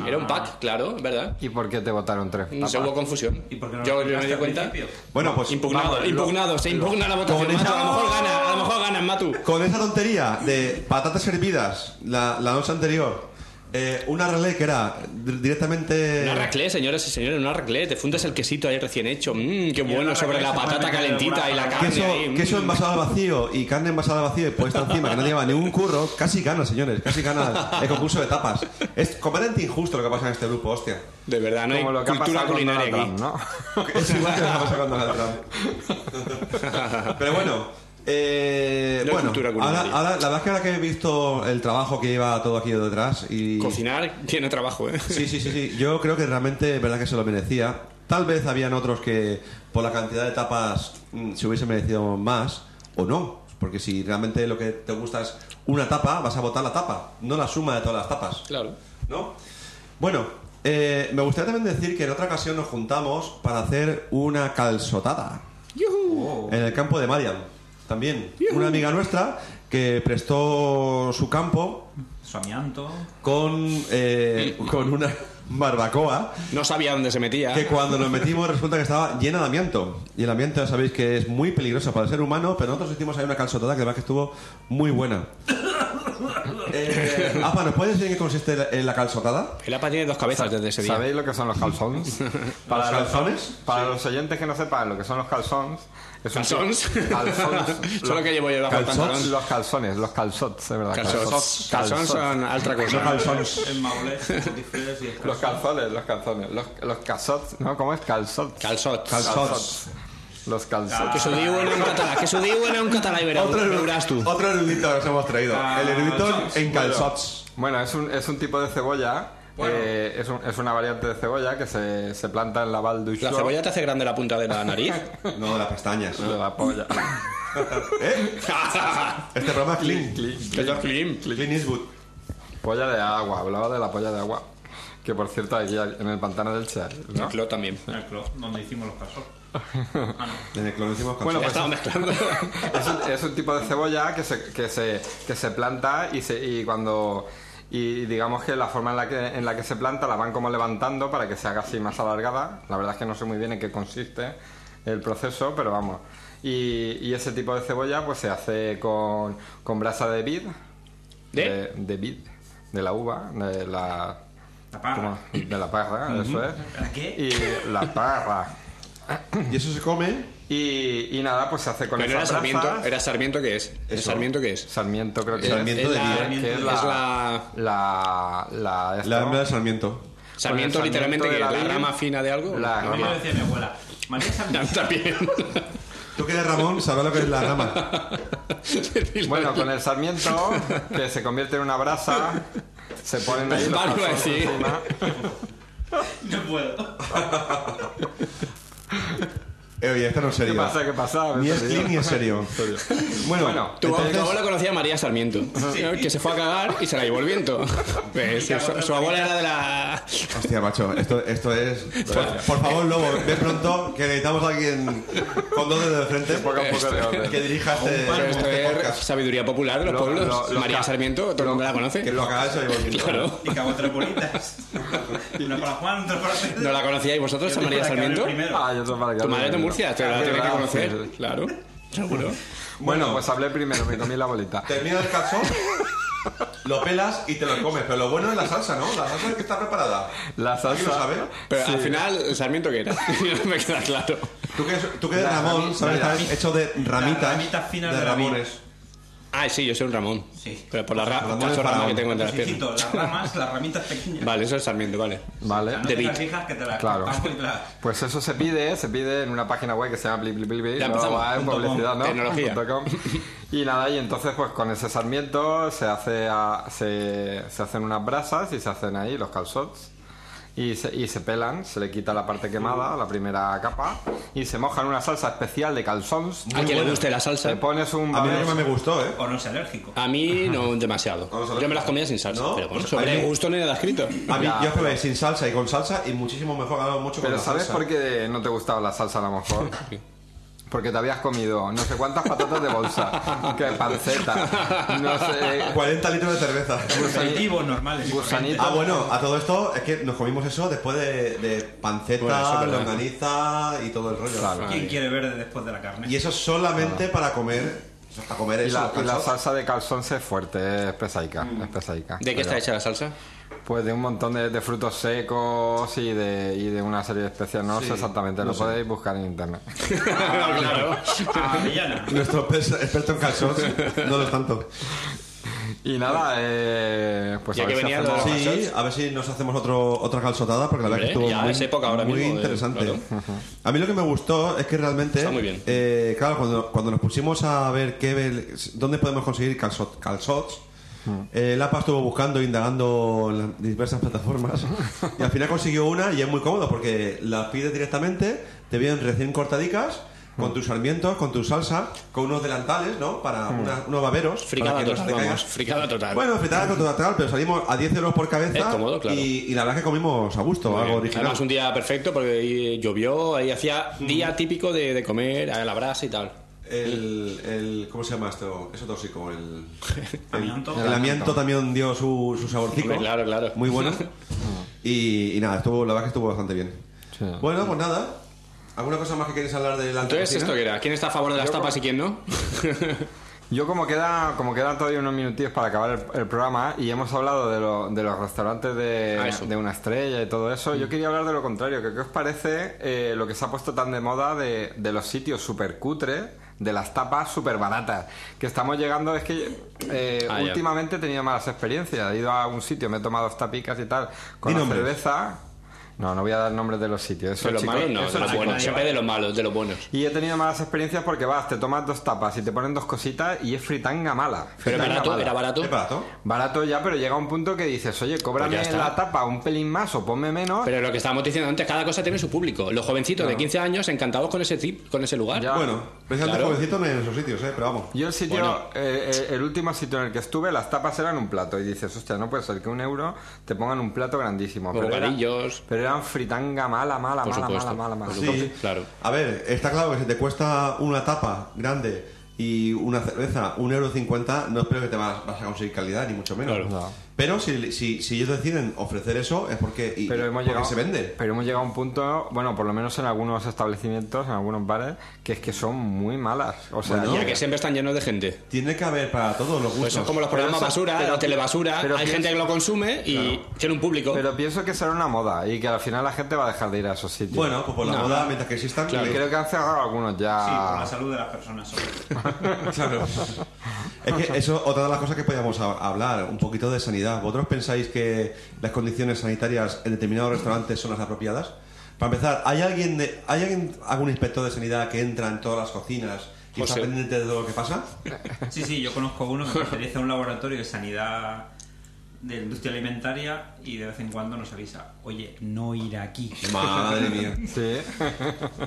[SPEAKER 1] Era un pack, claro, ¿verdad?
[SPEAKER 2] ¿Y por qué te votaron tres?
[SPEAKER 1] No se
[SPEAKER 2] papas?
[SPEAKER 1] hubo confusión.
[SPEAKER 4] ¿Y por qué no
[SPEAKER 1] yo,
[SPEAKER 4] lo
[SPEAKER 1] yo me
[SPEAKER 4] explicaste
[SPEAKER 1] di
[SPEAKER 4] al
[SPEAKER 1] cuenta.
[SPEAKER 4] principio?
[SPEAKER 3] Bueno, pues
[SPEAKER 1] Impugnado,
[SPEAKER 2] Vamos, lo-
[SPEAKER 1] impugnado, se impugna la votación.
[SPEAKER 3] Con
[SPEAKER 1] Matu,
[SPEAKER 3] esa-
[SPEAKER 1] a lo mejor gana, a lo mejor gana, Matu.
[SPEAKER 3] Con esa tontería de patatas hervidas la, la noche anterior, eh, una relé que era di- directamente.
[SPEAKER 1] Una raclette, señoras y señores, una raclette. Te fundes el quesito ahí recién hecho. Mmm, qué
[SPEAKER 4] una
[SPEAKER 1] bueno, sobre
[SPEAKER 4] raclette
[SPEAKER 1] la patata
[SPEAKER 4] seguramente
[SPEAKER 1] calentita y la
[SPEAKER 4] alguna-
[SPEAKER 1] carne
[SPEAKER 3] Queso,
[SPEAKER 1] ahí. mm.
[SPEAKER 3] queso envasado al vacío y carne envasada al vacío y puesta encima, que no lleva ningún curro, casi gana, señores, casi gana el concurso de tapas. Es completamente injusto lo que pasa en este grupo, hostia.
[SPEAKER 1] De verdad, no hay
[SPEAKER 2] Como lo que ha
[SPEAKER 1] cultura
[SPEAKER 2] pasado con
[SPEAKER 1] culinaria aquí.
[SPEAKER 2] Donald Trump, ¿no?
[SPEAKER 3] Es igual que lo que pasa con Donald Trump. Pero bueno, eh,
[SPEAKER 1] No hay
[SPEAKER 3] bueno
[SPEAKER 1] cultura
[SPEAKER 3] ahora,
[SPEAKER 1] culinaria.
[SPEAKER 3] ahora- la verdad es que ahora que he visto el trabajo que lleva todo aquí detrás y...
[SPEAKER 1] Cocinar tiene trabajo, ¿eh?
[SPEAKER 3] Sí, sí, sí, sí. Yo creo que realmente es verdad que se lo merecía. Tal vez habían otros que por la cantidad de etapas mm, se hubiese merecido más o no. Porque si realmente lo que te gusta es una tapa, vas a votar la tapa, no la suma de todas las tapas.
[SPEAKER 1] <laughs> Claro.
[SPEAKER 3] ¿No? Bueno, eh, me gustaría también decir que en otra ocasión nos juntamos para hacer una calzotada Oh. en el campo de Marian. También, una amiga nuestra que prestó su campo
[SPEAKER 4] Su amianto.
[SPEAKER 3] con, eh, con una barbacoa
[SPEAKER 1] No sabía dónde se metía.
[SPEAKER 2] Ah.
[SPEAKER 3] que cuando nos metimos resulta que estaba llena de amianto. Y el amianto ya sabéis que es muy peligroso para el ser humano, pero nosotros hicimos ahí una calzotada que además que estuvo muy buena. Eh, Apa, ¿nos puedes decir en qué consiste la, en la calzotada?
[SPEAKER 1] El APA tiene dos cabezas desde ese día.
[SPEAKER 2] ¿Sabéis lo que son los
[SPEAKER 1] <laughs>
[SPEAKER 2] calzones?
[SPEAKER 3] ¿Los
[SPEAKER 2] Para los,
[SPEAKER 3] calzones?
[SPEAKER 2] para los oyentes que no sepan lo que son los calzones... es un-
[SPEAKER 1] ¿Calzones?
[SPEAKER 2] Ah, Calzones.
[SPEAKER 1] Solo que llevo <laughs> yo debajo del
[SPEAKER 2] Calzots.
[SPEAKER 1] pantalón.
[SPEAKER 2] Los calzones, los calzots, es verdad.
[SPEAKER 1] Calzots. Calzones son otra cosa.
[SPEAKER 4] El maulés, los disfraces y el
[SPEAKER 2] Los calzones, los calzones. Los, los calzots, ¿no? ¿Cómo es? Calzots.
[SPEAKER 1] Calçots.
[SPEAKER 2] Calzots. Los
[SPEAKER 1] Ah, Que
[SPEAKER 2] calzots.
[SPEAKER 1] s'ho diuen en català, que s'ho diuen en català i veuràs,
[SPEAKER 3] erudu-
[SPEAKER 1] veuràs tu.
[SPEAKER 3] otro erudito que os hemos traído. el erudito en calzots.
[SPEAKER 2] Ah, Bueno, es un, es un tipo de cebolla. eh, es, un- es una variante de cebolla que se, se planta en la Val
[SPEAKER 1] La
[SPEAKER 2] d'Uixó
[SPEAKER 1] cebolla te hace grande la punta de la
[SPEAKER 2] <laughs>
[SPEAKER 1] nariz.
[SPEAKER 3] No, de las pestañas.
[SPEAKER 2] de la
[SPEAKER 1] <coughs>
[SPEAKER 2] polla.
[SPEAKER 3] ¿Eh? Este programa es Clean.
[SPEAKER 2] Clean,
[SPEAKER 1] que es clean.
[SPEAKER 3] Clean Eastwood.
[SPEAKER 2] polla de agua, hablaba de la polla de agua. Que por cierto, aquí hay- en el pantano del Che, ¿no?
[SPEAKER 1] Lo también.
[SPEAKER 4] En el club, donde hicimos los casos.
[SPEAKER 3] En el que lo decimos
[SPEAKER 2] Bueno,
[SPEAKER 1] Ya
[SPEAKER 3] calzots.
[SPEAKER 2] pues
[SPEAKER 1] estaba mezclando.
[SPEAKER 2] es un, es un tipo de cebolla que se, que se, que se planta y, se, y cuando y digamos que la forma en la que en la que se planta la van como levantando para que se haga así más alargada la verdad es que no sé muy bien en qué consiste el proceso pero vamos y, y ese tipo de cebolla pues se hace con, con brasa de vid
[SPEAKER 1] ¿De?
[SPEAKER 2] de, de vid de la uva de la
[SPEAKER 4] La parra.
[SPEAKER 2] ¿cómo? de la parra eso es
[SPEAKER 4] ¿La qué?
[SPEAKER 2] y la parra
[SPEAKER 3] Y eso se come
[SPEAKER 2] Y, y nada, pues se hace con
[SPEAKER 1] Pero
[SPEAKER 2] esas
[SPEAKER 1] era Sarmiento,
[SPEAKER 2] brasas.
[SPEAKER 1] era Sarmiento que es. ¿El
[SPEAKER 3] Eso.
[SPEAKER 1] Sarmiento que es?
[SPEAKER 2] Sarmiento creo que
[SPEAKER 3] Sarmiento
[SPEAKER 1] es
[SPEAKER 3] de
[SPEAKER 1] la-
[SPEAKER 3] Viera.
[SPEAKER 2] que es
[SPEAKER 1] es
[SPEAKER 2] la
[SPEAKER 1] la-
[SPEAKER 2] la la, esto,
[SPEAKER 3] La
[SPEAKER 2] ¿no?
[SPEAKER 3] hermana de Sarmiento.
[SPEAKER 1] Sarmiento,
[SPEAKER 2] Sarmiento
[SPEAKER 1] literalmente
[SPEAKER 2] de
[SPEAKER 1] que es
[SPEAKER 2] la
[SPEAKER 1] la
[SPEAKER 2] vid,
[SPEAKER 1] rama fina de algo.
[SPEAKER 2] la
[SPEAKER 1] No,
[SPEAKER 4] Como
[SPEAKER 2] rama.
[SPEAKER 4] decía mi abuela. María Sarmiento.
[SPEAKER 1] Ah, <laughs> También.
[SPEAKER 3] Tú que eres Ramón, sabrás lo que es la
[SPEAKER 2] <laughs>
[SPEAKER 3] rama.
[SPEAKER 2] Bueno, con el sarmiento, que se convierte en una brasa, se ponen ahí los
[SPEAKER 1] Vale, iba a
[SPEAKER 2] calzones
[SPEAKER 1] decir.
[SPEAKER 2] encima.
[SPEAKER 4] No puedo.
[SPEAKER 3] Eh, oye, esto no es
[SPEAKER 2] ¿Qué
[SPEAKER 3] serio.
[SPEAKER 2] pasa? ¿Qué pasa?
[SPEAKER 3] Ni es clean ni es serio. Bueno,
[SPEAKER 2] Bueno,
[SPEAKER 1] Tu tu
[SPEAKER 3] entonces-
[SPEAKER 1] abuela conocía a María Sarmiento, que se fue a cagar y se la llevó el viento. Pues,
[SPEAKER 4] Y
[SPEAKER 1] su, su abuela era de la...
[SPEAKER 3] Hostia, macho, esto, esto es. Por, por favor, Lobo, ve pronto que necesitamos a alguien con dos dedos de frente
[SPEAKER 2] Ponga un
[SPEAKER 3] <laughs>
[SPEAKER 2] poco de orden.
[SPEAKER 3] que dirija este,
[SPEAKER 1] Pero esto
[SPEAKER 3] este
[SPEAKER 1] es
[SPEAKER 3] podcast.
[SPEAKER 1] sabiduría popular de los
[SPEAKER 2] Lo-
[SPEAKER 1] pueblos.
[SPEAKER 2] lo- lo-
[SPEAKER 1] María Sarmiento, todo el mundo la
[SPEAKER 3] Que
[SPEAKER 1] conoce.
[SPEAKER 3] lo acabas de salir
[SPEAKER 1] Claro.
[SPEAKER 4] Y cago tres bolitas. Una para Juan, otra para Pedro.
[SPEAKER 1] ¿No la conocíais vosotros, a María Sarmiento?
[SPEAKER 2] Ah, yo tengo para que
[SPEAKER 1] Tu madre es de
[SPEAKER 2] primero.
[SPEAKER 1] Murcia, te la
[SPEAKER 2] Es
[SPEAKER 1] tienes que
[SPEAKER 2] verdad, Ah, sí,
[SPEAKER 1] conocer.
[SPEAKER 2] sí.
[SPEAKER 1] Claro, seguro.
[SPEAKER 2] Bueno, pues hablé primero, me comí la bolita.
[SPEAKER 3] Termina el calzón, lo pelas y te lo comes. Pero lo bueno es la salsa, ¿no? La salsa es que está preparada.
[SPEAKER 2] La
[SPEAKER 3] ¿Tú
[SPEAKER 2] salsa.
[SPEAKER 3] sabes?
[SPEAKER 1] Pero
[SPEAKER 2] Sí.
[SPEAKER 1] al final, ¿el Sarmiento qué era? <laughs> No me queda claro.
[SPEAKER 3] Tú que, tú que eres
[SPEAKER 2] La
[SPEAKER 3] Ramón,
[SPEAKER 2] ramita,
[SPEAKER 3] ¿sabes?
[SPEAKER 2] la
[SPEAKER 3] Estás hecho de ramitas.
[SPEAKER 4] ramita fina de Ramón.
[SPEAKER 3] Ramones.
[SPEAKER 1] Ah, sí, yo soy un Ramón.
[SPEAKER 4] Sí.
[SPEAKER 1] Pero por la ra-
[SPEAKER 3] Ramón
[SPEAKER 1] cacho
[SPEAKER 3] es
[SPEAKER 1] rama
[SPEAKER 3] faraón.
[SPEAKER 1] que tengo entre las piernas.
[SPEAKER 4] Necesito Pues las ramas, las ramitas pequeñas.
[SPEAKER 1] Vale, eso es Sarmiento, vale.
[SPEAKER 2] Vale.
[SPEAKER 4] No
[SPEAKER 1] De
[SPEAKER 4] te las
[SPEAKER 1] bit.
[SPEAKER 4] fijas que te las
[SPEAKER 2] Claro.
[SPEAKER 4] cortamos y te las-
[SPEAKER 2] Pues eso se pide, se pide en una página web que se llama bli, bli, bli, bli,
[SPEAKER 1] Ya
[SPEAKER 2] no
[SPEAKER 1] empezamos,
[SPEAKER 2] va en
[SPEAKER 4] punto com,
[SPEAKER 2] publicidad, ¿no?
[SPEAKER 1] tecnología.
[SPEAKER 2] Punto com. Y nada, y entonces pues con ese sarmiento se hace a- se, se hacen unas brasas y se hacen ahí los calzots. Y se, y se pelan, se le quita la parte quemada, la primera capa, y se moja en una salsa especial de calzones.
[SPEAKER 1] A quien le
[SPEAKER 3] buena.
[SPEAKER 1] guste la
[SPEAKER 2] Le
[SPEAKER 1] salsa.
[SPEAKER 2] pones un
[SPEAKER 3] A mí
[SPEAKER 2] babés-
[SPEAKER 3] lo que más me gustó, ¿eh?
[SPEAKER 4] O no es alérgico.
[SPEAKER 1] A mí no
[SPEAKER 3] <laughs>
[SPEAKER 1] demasiado.
[SPEAKER 3] Vamos a ver.
[SPEAKER 1] Yo me las comía sin salsa.
[SPEAKER 3] ¿No?
[SPEAKER 1] Pero bueno,
[SPEAKER 3] Pues
[SPEAKER 1] sobre
[SPEAKER 3] a mí-
[SPEAKER 1] el gusto no hay nada escrito.
[SPEAKER 3] A mí,
[SPEAKER 2] Ya,
[SPEAKER 3] yo probé sin salsa y con salsa y muchísimo mejor, ganado mucho con
[SPEAKER 2] Pero
[SPEAKER 3] la
[SPEAKER 2] ¿sabes
[SPEAKER 3] salsa.
[SPEAKER 2] por qué no te gustaba la salsa a lo mejor? Porque te habías comido no sé cuántas patatas de bolsa, que panceta, no sé,
[SPEAKER 3] 40 litros de cerveza.
[SPEAKER 4] Gusantivos normales. y
[SPEAKER 2] Gusanito.
[SPEAKER 4] corrientes.
[SPEAKER 3] Ah, bueno, a todo esto es que nos comimos eso después de, de panceta,
[SPEAKER 1] Bueno, eso es verdad.
[SPEAKER 3] longaniza y todo el rollo.
[SPEAKER 1] Ah,
[SPEAKER 2] Claro.
[SPEAKER 4] ¿Quién quiere verde después de la carne?
[SPEAKER 3] Y
[SPEAKER 4] <laughs>
[SPEAKER 3] eso solamente para comer, para comer
[SPEAKER 2] Y
[SPEAKER 3] eso.
[SPEAKER 2] la,
[SPEAKER 3] los
[SPEAKER 2] y la
[SPEAKER 3] calzots.
[SPEAKER 2] salsa de calzón es fuerte, es pesaica, es pesaica.
[SPEAKER 1] ¿De qué
[SPEAKER 2] Pero,
[SPEAKER 1] está hecha la salsa?
[SPEAKER 2] Pues de un montón de, de frutos secos y de, y de una serie de especias, no
[SPEAKER 3] Sí,
[SPEAKER 2] sé exactamente,
[SPEAKER 3] no
[SPEAKER 2] lo
[SPEAKER 3] sé.
[SPEAKER 2] podéis buscar en internet. <laughs>
[SPEAKER 1] Ah, claro.
[SPEAKER 4] Avellana.
[SPEAKER 3] Nuestro pers- experto en calzots <laughs> no lo es tanto.
[SPEAKER 2] Y nada, eh, pues
[SPEAKER 1] Ya
[SPEAKER 2] a
[SPEAKER 1] que
[SPEAKER 2] ver si
[SPEAKER 1] venía lo
[SPEAKER 2] hacemos-
[SPEAKER 1] de-
[SPEAKER 3] Sí,
[SPEAKER 1] calzots?
[SPEAKER 3] a ver si nos hacemos otro, otra calzotada, porque la verdad que
[SPEAKER 1] Hombre,
[SPEAKER 3] estuvo
[SPEAKER 1] ya
[SPEAKER 3] muy,
[SPEAKER 1] es época ahora
[SPEAKER 3] muy
[SPEAKER 1] mismo de-
[SPEAKER 3] interesante.
[SPEAKER 1] claro.
[SPEAKER 3] A mí lo que me gustó es que realmente,
[SPEAKER 1] Está muy bien.
[SPEAKER 3] eh, claro, cuando, cuando nos pusimos a ver qué, ve- dónde podemos conseguir calzot, calzots, eh, el APA estuvo buscando, indagando en las diversas plataformas y al final consiguió una y es muy cómodo porque la pides directamente, te vienen recién cortadicas. Con tus sarmientos, con tu salsa, con unos delantales, ¿no? Para una- unos baberos.
[SPEAKER 1] Fricada
[SPEAKER 3] pues
[SPEAKER 1] total,
[SPEAKER 3] para que no se te caigan.
[SPEAKER 1] vamos. Fricada total.
[SPEAKER 3] Bueno, fritada con total, pero salimos a 10 euros por cabeza.
[SPEAKER 1] Es cómodo, claro.
[SPEAKER 3] Y, y la verdad es que comimos a gusto,
[SPEAKER 1] Muy
[SPEAKER 3] algo
[SPEAKER 1] bien.
[SPEAKER 3] original.
[SPEAKER 1] Además, un día perfecto porque ahí llovió, ahí hacía
[SPEAKER 3] Mm.
[SPEAKER 1] día típico de, de comer a la brasa y tal.
[SPEAKER 3] El, el- ¿Cómo se llama esto? Eso tóxico. El,
[SPEAKER 4] Amianto.
[SPEAKER 3] el amianto también dio su, su saborcico.
[SPEAKER 1] Hombre, claro, claro. <laughs>
[SPEAKER 3] Muy bueno. y, y nada, estuvo, la verdad es que estuvo bastante bien.
[SPEAKER 2] Sí.
[SPEAKER 3] Bueno, pues nada. ¿Alguna cosa más que queréis hablar del
[SPEAKER 1] Entonces, ¿esto qué era? ¿Quién está a favor de las tapas y quién no?
[SPEAKER 2] Yo como queda como quedan todavía unos minutillos para acabar el, el programa ¿eh? y hemos hablado de, lo- de los restaurantes de,
[SPEAKER 1] Ah, eso. Mm.
[SPEAKER 2] de una estrella y todo eso, yo quería hablar de lo contrario, que qué os parece eh, lo que se ha puesto tan de moda de, de los sitios súper cutres, de las tapas súper baratas, que estamos llegando, es que eh,
[SPEAKER 1] Ah, ya.
[SPEAKER 2] últimamente he tenido malas experiencias, he ido a un sitio, me he tomado dos tapicas y tal, con
[SPEAKER 3] Di
[SPEAKER 2] la
[SPEAKER 3] nombres.
[SPEAKER 2] cerveza... No, no voy a dar nombres de los sitios. Eso,
[SPEAKER 1] De Pues los
[SPEAKER 2] chicos,
[SPEAKER 1] malos no,
[SPEAKER 2] eso,
[SPEAKER 1] de los
[SPEAKER 2] chicos,
[SPEAKER 1] buenos. Siempre de los malos, de los buenos.
[SPEAKER 2] y he tenido malas experiencias porque vas, te tomas dos tapas y te ponen dos cositas y es fritanga mala.
[SPEAKER 1] Pero
[SPEAKER 2] Fritanga
[SPEAKER 1] barato,
[SPEAKER 2] mala.
[SPEAKER 1] era barato.
[SPEAKER 3] ¿Es barato?
[SPEAKER 2] Barato ya, pero llega un punto que dices, oye, cóbrame
[SPEAKER 1] Pues ya está.
[SPEAKER 2] la tapa un pelín más o ponme menos.
[SPEAKER 1] Pero lo que estábamos diciendo antes, cada cosa tiene su público. Los jovencitos de 15 años encantados con ese tip, con ese lugar.
[SPEAKER 2] Ya.
[SPEAKER 3] Bueno, precisamente
[SPEAKER 1] Ah. Claro.
[SPEAKER 3] jovencito en esos sitios, ¿eh? Pero vamos.
[SPEAKER 2] Yo el sitio,
[SPEAKER 1] Bueno.
[SPEAKER 2] eh, eh, el último sitio en el que estuve, las tapas eran un plato. Y dices, hostia, no puede ser que un euro te pongan un plato grandísimo. Pero, era-
[SPEAKER 1] Bocadillos.
[SPEAKER 2] pero eran fritanga mala, mala,
[SPEAKER 1] Pues Por
[SPEAKER 2] mala,
[SPEAKER 1] supuesto.
[SPEAKER 2] mala, mala, mala.
[SPEAKER 1] Por
[SPEAKER 3] Sí,
[SPEAKER 1] Entonces, claro.
[SPEAKER 3] A ver, está claro que si te cuesta una tapa grande y una cerveza, un euro cincuenta, no espero que te vas, vas a conseguir calidad, ni mucho menos.
[SPEAKER 1] Claro.
[SPEAKER 2] No.
[SPEAKER 3] Pero si, si, si ellos deciden ofrecer eso es porque, y-
[SPEAKER 2] pero hemos
[SPEAKER 3] porque
[SPEAKER 2] llegado,
[SPEAKER 3] se vende.
[SPEAKER 2] Pero hemos llegado a un punto, bueno, por lo menos en algunos establecimientos, en algunos bares, que es que son muy malas. O sea,
[SPEAKER 3] Bueno,
[SPEAKER 2] yo-
[SPEAKER 3] ¿no?
[SPEAKER 1] Ya que siempre están llenos de gente.
[SPEAKER 3] Tiene que haber para todos los
[SPEAKER 1] Pues
[SPEAKER 3] gustos.
[SPEAKER 1] son como los
[SPEAKER 2] Pero
[SPEAKER 1] programas
[SPEAKER 2] eso-
[SPEAKER 1] basura,
[SPEAKER 2] pero-
[SPEAKER 1] la telebasura.
[SPEAKER 2] pero
[SPEAKER 1] Hay
[SPEAKER 2] piensa-
[SPEAKER 1] gente que lo consume y tiene un público.
[SPEAKER 2] pero pienso que será una moda y que al final la gente va a dejar de ir a esos sitios.
[SPEAKER 3] Bueno, pues por la
[SPEAKER 1] No.
[SPEAKER 3] moda, mientras que existan...
[SPEAKER 2] y creo que han cerrado algunos
[SPEAKER 4] Sí,
[SPEAKER 1] Ah.
[SPEAKER 4] por
[SPEAKER 2] ya.
[SPEAKER 4] la salud de las personas. sobre todo.
[SPEAKER 3] Claro. Es que eso otra de las cosas que podíamos ha- hablar, un poquito de sanidad. ¿Vosotros pensáis que las condiciones sanitarias en determinados restaurantes son las apropiadas? Para empezar, ¿hay alguien, de- ¿hay alguien, algún inspector de sanidad que entra en todas las cocinas y
[SPEAKER 1] José.
[SPEAKER 3] está pendiente de todo lo que pasa?
[SPEAKER 4] Sí, sí, yo conozco uno que pertenece a un laboratorio de sanidad de industria alimentaria y de vez en cuando nos avisa, oye, no ir aquí.
[SPEAKER 3] Madre mía.
[SPEAKER 2] Sí.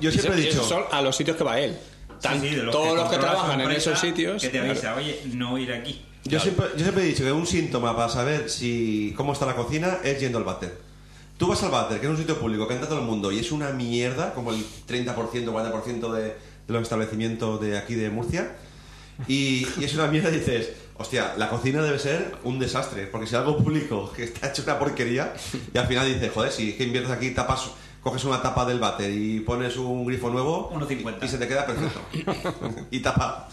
[SPEAKER 3] Yo
[SPEAKER 1] Y eso-
[SPEAKER 3] siempre he
[SPEAKER 1] y esos
[SPEAKER 3] dicho,
[SPEAKER 1] son a los sitios que va él. Tan-
[SPEAKER 4] Sí, sí, de
[SPEAKER 1] todos los que
[SPEAKER 4] controla
[SPEAKER 1] trabajan
[SPEAKER 4] su
[SPEAKER 1] en
[SPEAKER 4] empresa,
[SPEAKER 1] esos sitios.
[SPEAKER 4] Que te avisa,
[SPEAKER 1] claro.
[SPEAKER 4] oye, no ir aquí.
[SPEAKER 3] yo siempre, yo siempre he dicho que un síntoma para saber si cómo está la cocina es yendo al váter. Tú vas al váter, que es un sitio público, que entra todo el mundo y es una mierda, como el 30%, 40% de, de los establecimientos de aquí de Murcia. Y, y es una mierda y dices, hostia, la cocina debe ser un desastre, porque si algo público que está hecho una porquería, y al final dices, joder, si es que inviertes aquí, tapas, coges una tapa del váter y pones un grifo nuevo,
[SPEAKER 4] 1,50.
[SPEAKER 3] y se te queda perfecto. <laughs> y tapa.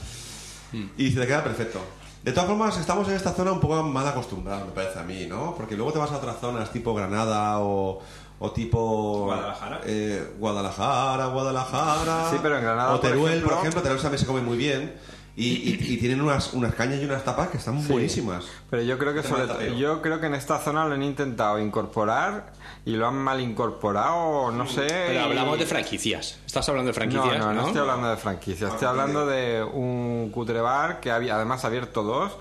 [SPEAKER 3] Y se te queda perfecto. De todas formas, estamos en esta zona un poco mal acostumbrados, me parece a mí, ¿no? Porque luego te vas a otras zonas tipo Granada o, o tipo...
[SPEAKER 4] Guadalajara.
[SPEAKER 3] eh, Guadalajara, Guadalajara.
[SPEAKER 2] Sí, pero en Granada,
[SPEAKER 3] O
[SPEAKER 2] por
[SPEAKER 3] Teruel, por
[SPEAKER 2] ejemplo-
[SPEAKER 3] ejemplo, Teruel también se come muy bien. Y, y- y tienen unas, unas cañas y unas tapas que están buenísimas.
[SPEAKER 2] Pero yo creo que
[SPEAKER 3] Tema
[SPEAKER 2] sobre
[SPEAKER 3] de tapeo.
[SPEAKER 2] yo creo que en esta zona lo han intentado incorporar y lo han mal incorporado, no sé.
[SPEAKER 1] Pero
[SPEAKER 2] y-
[SPEAKER 1] hablamos de franquicias. Estás hablando de franquicias, ¿no?
[SPEAKER 2] no, no, estoy hablando de franquicia. Estoy
[SPEAKER 3] Ah,
[SPEAKER 2] hablando de un cutre bar que había, además ha abierto dos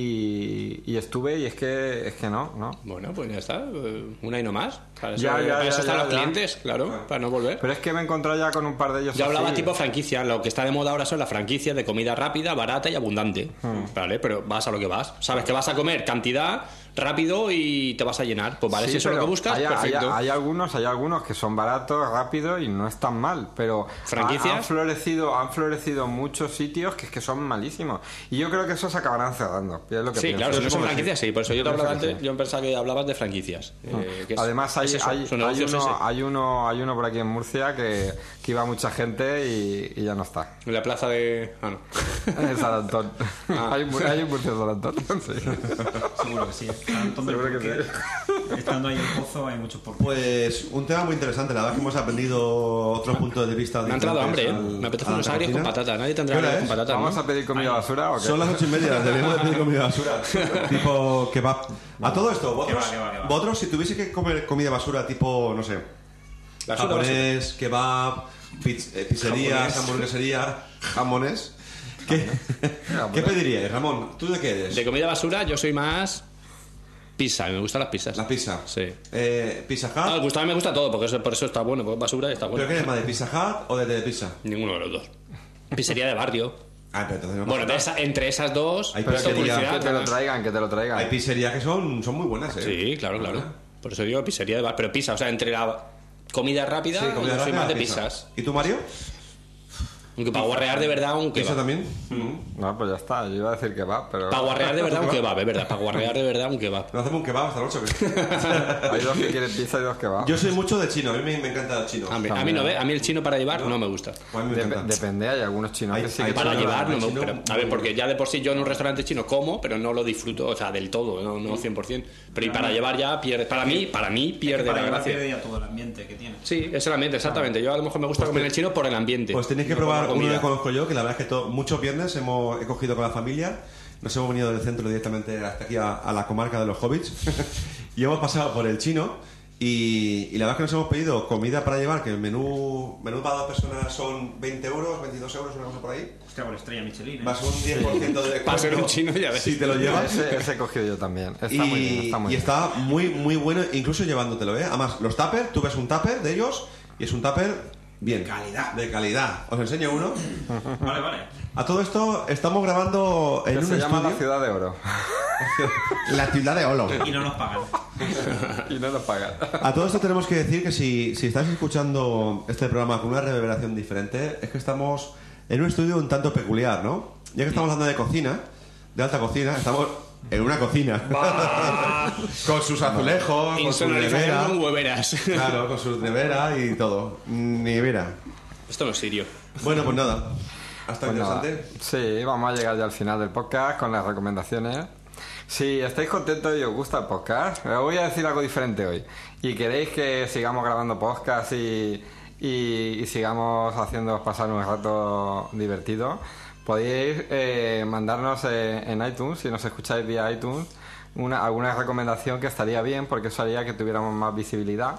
[SPEAKER 2] y, y estuve y es que es que no, no.
[SPEAKER 1] Bueno, pues ya está. eh, Una y no más. Para eso,
[SPEAKER 2] Ya, ya,
[SPEAKER 1] para
[SPEAKER 2] ya,
[SPEAKER 1] eso están
[SPEAKER 2] ya,
[SPEAKER 1] los
[SPEAKER 2] ya.
[SPEAKER 1] clientes, claro, para no volver.
[SPEAKER 2] Pero es que me he encontrado ya con un par de ellos.
[SPEAKER 1] Yo hablaba
[SPEAKER 2] así.
[SPEAKER 1] tipo franquicia, lo que está de moda ahora son las franquicias de comida rápida, barata y abundante.
[SPEAKER 2] Hmm.
[SPEAKER 1] Vale, pero vas a lo que vas. Sabes que vas a comer cantidad, rápido y te vas a llenar. Pues vale,
[SPEAKER 2] Sí,
[SPEAKER 1] si eso es lo
[SPEAKER 2] pero
[SPEAKER 1] que buscas,
[SPEAKER 2] hay, hay-
[SPEAKER 1] perfecto.
[SPEAKER 2] hay algunos, hay algunos que son baratos, rápidos y no están mal, pero ha-
[SPEAKER 1] ¿Franquicias?
[SPEAKER 2] han florecido, han florecido muchos sitios que es que son malísimos. Y yo creo que esos acabarán cerrando. es lo que
[SPEAKER 1] Sí,
[SPEAKER 2] pienso.
[SPEAKER 1] claro, si no son
[SPEAKER 2] Supongo que sí.
[SPEAKER 1] franquicias, sí. Por eso yo te
[SPEAKER 2] Yo
[SPEAKER 1] hablaba
[SPEAKER 2] pienso que
[SPEAKER 1] antes, yo pensaba que hablabas de franquicias. eh, que es-
[SPEAKER 2] Además hay,
[SPEAKER 1] es eso,
[SPEAKER 2] hay-
[SPEAKER 1] su
[SPEAKER 2] hay
[SPEAKER 1] negocio es
[SPEAKER 2] uno,
[SPEAKER 1] ese.
[SPEAKER 2] hay uno hay uno por aquí en Murcia que, que iba mucha gente y, y ya no está. <laughs>
[SPEAKER 1] En la plaza de... Ah, <laughs> no.
[SPEAKER 2] En San Antón.
[SPEAKER 1] Ah.
[SPEAKER 2] <laughs> hay, un, hay un Murcia en San Antón. <laughs> sí.
[SPEAKER 4] Seguro que sí. Estando,
[SPEAKER 2] Seguro que
[SPEAKER 4] <laughs> estando ahí en pozo hay muchos por
[SPEAKER 3] Pues un tema muy interesante, la verdad es que hemos aprendido otros puntos de vista.
[SPEAKER 1] Me ha entrado hambre,
[SPEAKER 3] diferentes
[SPEAKER 1] ¿eh?
[SPEAKER 3] al-
[SPEAKER 1] Me apetece
[SPEAKER 3] a la
[SPEAKER 1] unos agrios con
[SPEAKER 3] cocina.
[SPEAKER 1] patata. Nadie
[SPEAKER 3] ¿Qué
[SPEAKER 1] tendrá
[SPEAKER 3] hora
[SPEAKER 1] agrios con
[SPEAKER 3] es?
[SPEAKER 1] patata,
[SPEAKER 2] ¿Vamos
[SPEAKER 1] ¿no?
[SPEAKER 2] a pedir comida basura o qué?
[SPEAKER 3] Son las ocho y
[SPEAKER 4] <laughs>
[SPEAKER 3] media, debemos de pedir comida basura. tipo kebab. A todo esto, vosotros,
[SPEAKER 4] Que va, que va, que va.
[SPEAKER 3] vosotros, si tuviese que comer comida basura, tipo, no sé,
[SPEAKER 1] Basura,
[SPEAKER 3] japonés, kebab, piz- eh, pizzerías,
[SPEAKER 1] Japonés.
[SPEAKER 3] hamburguesería, jamones, ¿qué, <laughs> ¿qué pediríais, Ramón? ¿Tú de qué eres?
[SPEAKER 1] De comida basura yo soy más... Pizza, me gustan las pizzas.
[SPEAKER 3] La pizza.
[SPEAKER 1] Sí.
[SPEAKER 3] Eh, pizza Hut.
[SPEAKER 1] Ah, Gustavo me gusta todo, porque eso, por eso está bueno, porque es basura y está bueno.
[SPEAKER 3] ¿Pero qué eres más, de Pizza Hut o de Telepizza?
[SPEAKER 1] Ninguno de los dos. Pizzería de barrio.
[SPEAKER 3] Ah, pero entonces no pasa
[SPEAKER 1] Bueno, de
[SPEAKER 3] nada.
[SPEAKER 1] esa- entre esas dos,
[SPEAKER 3] Hay
[SPEAKER 1] esto
[SPEAKER 2] Pero que,
[SPEAKER 3] pizzería.
[SPEAKER 1] publicidad,
[SPEAKER 2] que te lo
[SPEAKER 1] ¿no?
[SPEAKER 2] traigan, que te lo traigan.
[SPEAKER 3] Hay pizzerías que son, son muy buenas, ¿eh?
[SPEAKER 1] Sí, claro, claro. Por eso digo pizzería de barrio. Pero pizza, o sea, entre la comida rápida,
[SPEAKER 3] Sí, comida
[SPEAKER 1] yo soy
[SPEAKER 3] rápida,
[SPEAKER 1] más de
[SPEAKER 3] pizza.
[SPEAKER 1] pizzas.
[SPEAKER 3] ¿Y tú, Mario?
[SPEAKER 1] Aunque para guarrear de verdad un
[SPEAKER 3] ¿Pizza
[SPEAKER 1] kebab.
[SPEAKER 3] también? Mm.
[SPEAKER 2] No, pues ya está. Yo iba a decir que va, pero...
[SPEAKER 1] Para guarrear de
[SPEAKER 2] <laughs>
[SPEAKER 1] verdad un kebab, es verdad. Para guarrear de verdad un kebab.
[SPEAKER 3] No hacemos un kebab hasta el 8.
[SPEAKER 1] <laughs>
[SPEAKER 2] Hay dos que quieren pizza y dos que va.
[SPEAKER 3] Yo soy mucho de chino, a mí me, me encanta el chino.
[SPEAKER 1] A mí, a mí no ve, a mí el chino para llevar no me gusta.
[SPEAKER 3] A mí me
[SPEAKER 2] Dep-
[SPEAKER 3] encanta.
[SPEAKER 2] depende, hay algunos chinos
[SPEAKER 3] Hay-
[SPEAKER 2] que sí
[SPEAKER 3] hay
[SPEAKER 2] que
[SPEAKER 1] Para
[SPEAKER 3] chino,
[SPEAKER 1] llevar no me
[SPEAKER 3] chino,
[SPEAKER 1] gusta. A ver, porque ya de por sí yo en un restaurante chino como, pero no lo disfruto, o sea, del todo, no, no 100%. Pero y para llevar ya pierde. Para mí, para mí
[SPEAKER 4] Es que
[SPEAKER 1] pierde
[SPEAKER 4] para
[SPEAKER 1] la
[SPEAKER 4] llevar
[SPEAKER 1] gracia.
[SPEAKER 4] pierde ya todo el ambiente que tiene.
[SPEAKER 1] Sí, es el ambiente, exactamente. Yo a lo mejor me gusta comer el chino por el ambiente.
[SPEAKER 3] Pues tenéis que
[SPEAKER 1] no por la
[SPEAKER 3] probar uno
[SPEAKER 1] comida.
[SPEAKER 3] que conozco yo, que la verdad es que to- muchos viernes hemos, he cogido con la familia, nos hemos venido del centro directamente hasta aquí a, a la comarca de los hobbits <laughs> y hemos pasado por el chino y, y la verdad es que nos hemos pedido comida para llevar, que el menú, menú para dos personas son 20 euros, 22 euros, una cosa por ahí,
[SPEAKER 4] Hostia, con estrella Michelin. ¿eh?
[SPEAKER 3] más un 10% de descuento.
[SPEAKER 1] <laughs> Para ser un chino, ya ves.
[SPEAKER 3] Si te lo llevas.
[SPEAKER 2] Ese, ese he cogido yo también. Está
[SPEAKER 3] y,
[SPEAKER 2] muy bien, está muy
[SPEAKER 3] y
[SPEAKER 2] bien.
[SPEAKER 3] está muy, muy bueno, incluso llevándotelo, ¿eh? Además, los tuppers, tú ves un tupper de ellos y es un tupper bien.
[SPEAKER 4] De calidad.
[SPEAKER 3] De calidad. Os enseño uno.
[SPEAKER 4] Vale, vale.
[SPEAKER 3] A todo esto, estamos grabando en
[SPEAKER 2] Que
[SPEAKER 3] un
[SPEAKER 2] se
[SPEAKER 3] estudio.
[SPEAKER 2] llama La Ciudad de
[SPEAKER 3] <laughs>
[SPEAKER 2] Oro.
[SPEAKER 3] La ciudad de Olo.
[SPEAKER 4] Y no
[SPEAKER 2] <laughs>
[SPEAKER 4] nos pagan.
[SPEAKER 2] y no lo pagan.
[SPEAKER 3] A todo esto tenemos que decir que si, si estás escuchando este programa con una reverberación diferente, es que estamos en un estudio un tanto peculiar, ¿no? Ya que estamos hablando de cocina, de alta cocina, estamos en una cocina. <laughs>
[SPEAKER 1] <laughs>
[SPEAKER 3] con sus azulejos, con su nevera.
[SPEAKER 1] Insonorización con hueveras.
[SPEAKER 3] Claro, con su nevera y todo. Nevera.
[SPEAKER 1] Esto no es sirio.
[SPEAKER 3] Bueno, pues nada. Hasta
[SPEAKER 2] Pues nada.
[SPEAKER 3] interesante.
[SPEAKER 2] Sí, vamos a llegar ya al final del podcast con las recomendaciones. Si estáis contentos y os gusta el podcast, os voy a decir algo diferente hoy. Y queréis que sigamos grabando podcast y, y- y sigamos haciéndoos pasar un rato divertido, podéis eh, mandarnos eh, en iTunes, si nos escucháis vía iTunes, una, alguna recomendación que estaría bien porque eso haría que tuviéramos más visibilidad,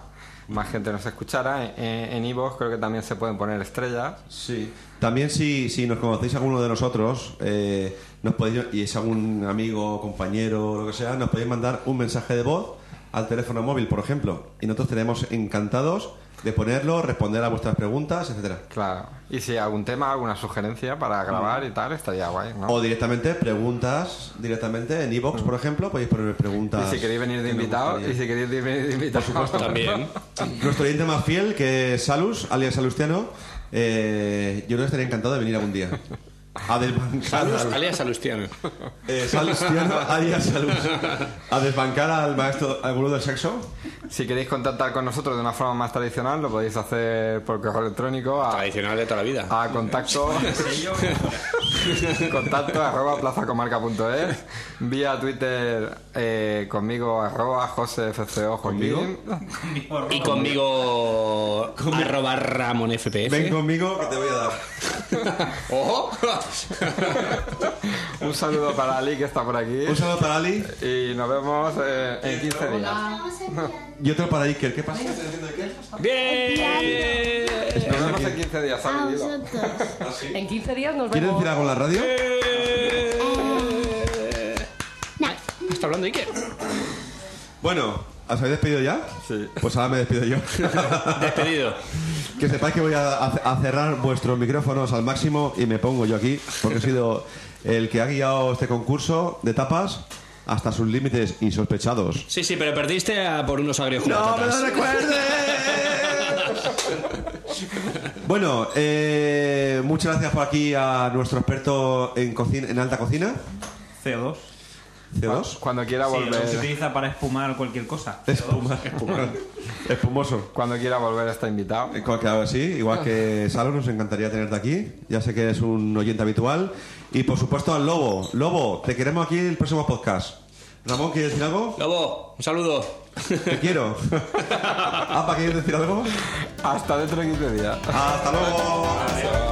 [SPEAKER 2] más gente nos escuchara. En- En Ivo creo que también se pueden poner estrellas.
[SPEAKER 3] Sí. También si, si nos conocéis alguno de nosotros, eh, nos podéis, y es algún amigo, compañero, lo que sea, nos podéis mandar un mensaje de voz al teléfono móvil, por ejemplo. Y nosotros tenemos encantados de ponerlo, responder a vuestras preguntas, etcétera.
[SPEAKER 2] Claro. Y si algún tema, alguna sugerencia para grabar y tal, estaría guay, ¿no?
[SPEAKER 3] O directamente preguntas, directamente en iVoox, por ejemplo, podéis poner
[SPEAKER 2] Y
[SPEAKER 3] preguntas.
[SPEAKER 2] si queréis venir de
[SPEAKER 3] que nos
[SPEAKER 2] invitados,
[SPEAKER 3] gustaría.
[SPEAKER 2] y si queréis venir de invitados,
[SPEAKER 1] También.
[SPEAKER 3] Nuestro oyente más fiel, que es Salus, alias Salustiano, eh, yo creo que estaría encantado de venir algún día. A desbancar
[SPEAKER 1] Salus, <laughs>
[SPEAKER 3] al-
[SPEAKER 1] alias Salustiano.
[SPEAKER 3] eh, Salustiano, alias Salus. A desbancar al maestro, al gurú del sexo.
[SPEAKER 2] <laughs> Si queréis contactar con nosotros de una forma más tradicional, lo podéis hacer por correo electrónico a,
[SPEAKER 1] Tradicional de toda la vida.
[SPEAKER 2] a contacto, <laughs>
[SPEAKER 4] Sello,
[SPEAKER 2] contacto arroba plazacomarca.es, vía Twitter eh, conmigo arroba josefco Joaquín.
[SPEAKER 4] conmigo,
[SPEAKER 1] Y conmigo, arroba Ramón FPF.
[SPEAKER 3] Ven conmigo que te voy a dar.
[SPEAKER 1] ¡Ojo! <laughs>
[SPEAKER 2] Un saludo para Ali que está por aquí
[SPEAKER 3] Un saludo para Ali
[SPEAKER 2] y nos vemos eh, en 15 días.
[SPEAKER 3] y otro para Iker. ¿Qué pasa?
[SPEAKER 1] ¡Bien!
[SPEAKER 2] Nos vemos en 15 días, ¿sabes? Dilo.
[SPEAKER 5] En 15 días nos
[SPEAKER 3] ¿Quieres
[SPEAKER 5] vemos.
[SPEAKER 3] decir algo en la radio?
[SPEAKER 1] ¿Está hablando Iker?
[SPEAKER 3] Bueno, ¿os habéis despedido ya?
[SPEAKER 2] Sí.
[SPEAKER 3] Pues ahora me despido yo.
[SPEAKER 1] Despedido.
[SPEAKER 3] Que sepáis que voy a, a- a cerrar vuestros micrófonos al máximo y me pongo yo aquí, porque he sido el que ha guiado este concurso de tapas hasta sus límites insospechados.
[SPEAKER 1] Sí, sí, pero perdiste a- por unos agrios juratatas.
[SPEAKER 3] recuerdes! bueno, eh, muchas gracias por aquí a nuestro experto en, cocina, en alta cocina,
[SPEAKER 4] CO2.
[SPEAKER 3] CO2.
[SPEAKER 2] Cuando quiera
[SPEAKER 4] Sí, lo que se
[SPEAKER 2] volver,
[SPEAKER 4] utiliza para espumar cualquier cosa.
[SPEAKER 3] Espuma- Espumoso.
[SPEAKER 2] cuando quiera volver está invitado.
[SPEAKER 3] Eh, claro, Claro, que sí, igual que Salo, nos encantaría tenerte aquí. Ya sé que eres un oyente habitual. Y por supuesto al Lobo. Lobo, te queremos aquí en el próximo podcast. Ramón, ¿quieres decir algo?
[SPEAKER 1] Lobo, un saludo.
[SPEAKER 3] Te quiero. <laughs> ¿Apa, quieres decir algo?
[SPEAKER 2] Hasta dentro de 15 días.
[SPEAKER 3] ¡Hasta luego!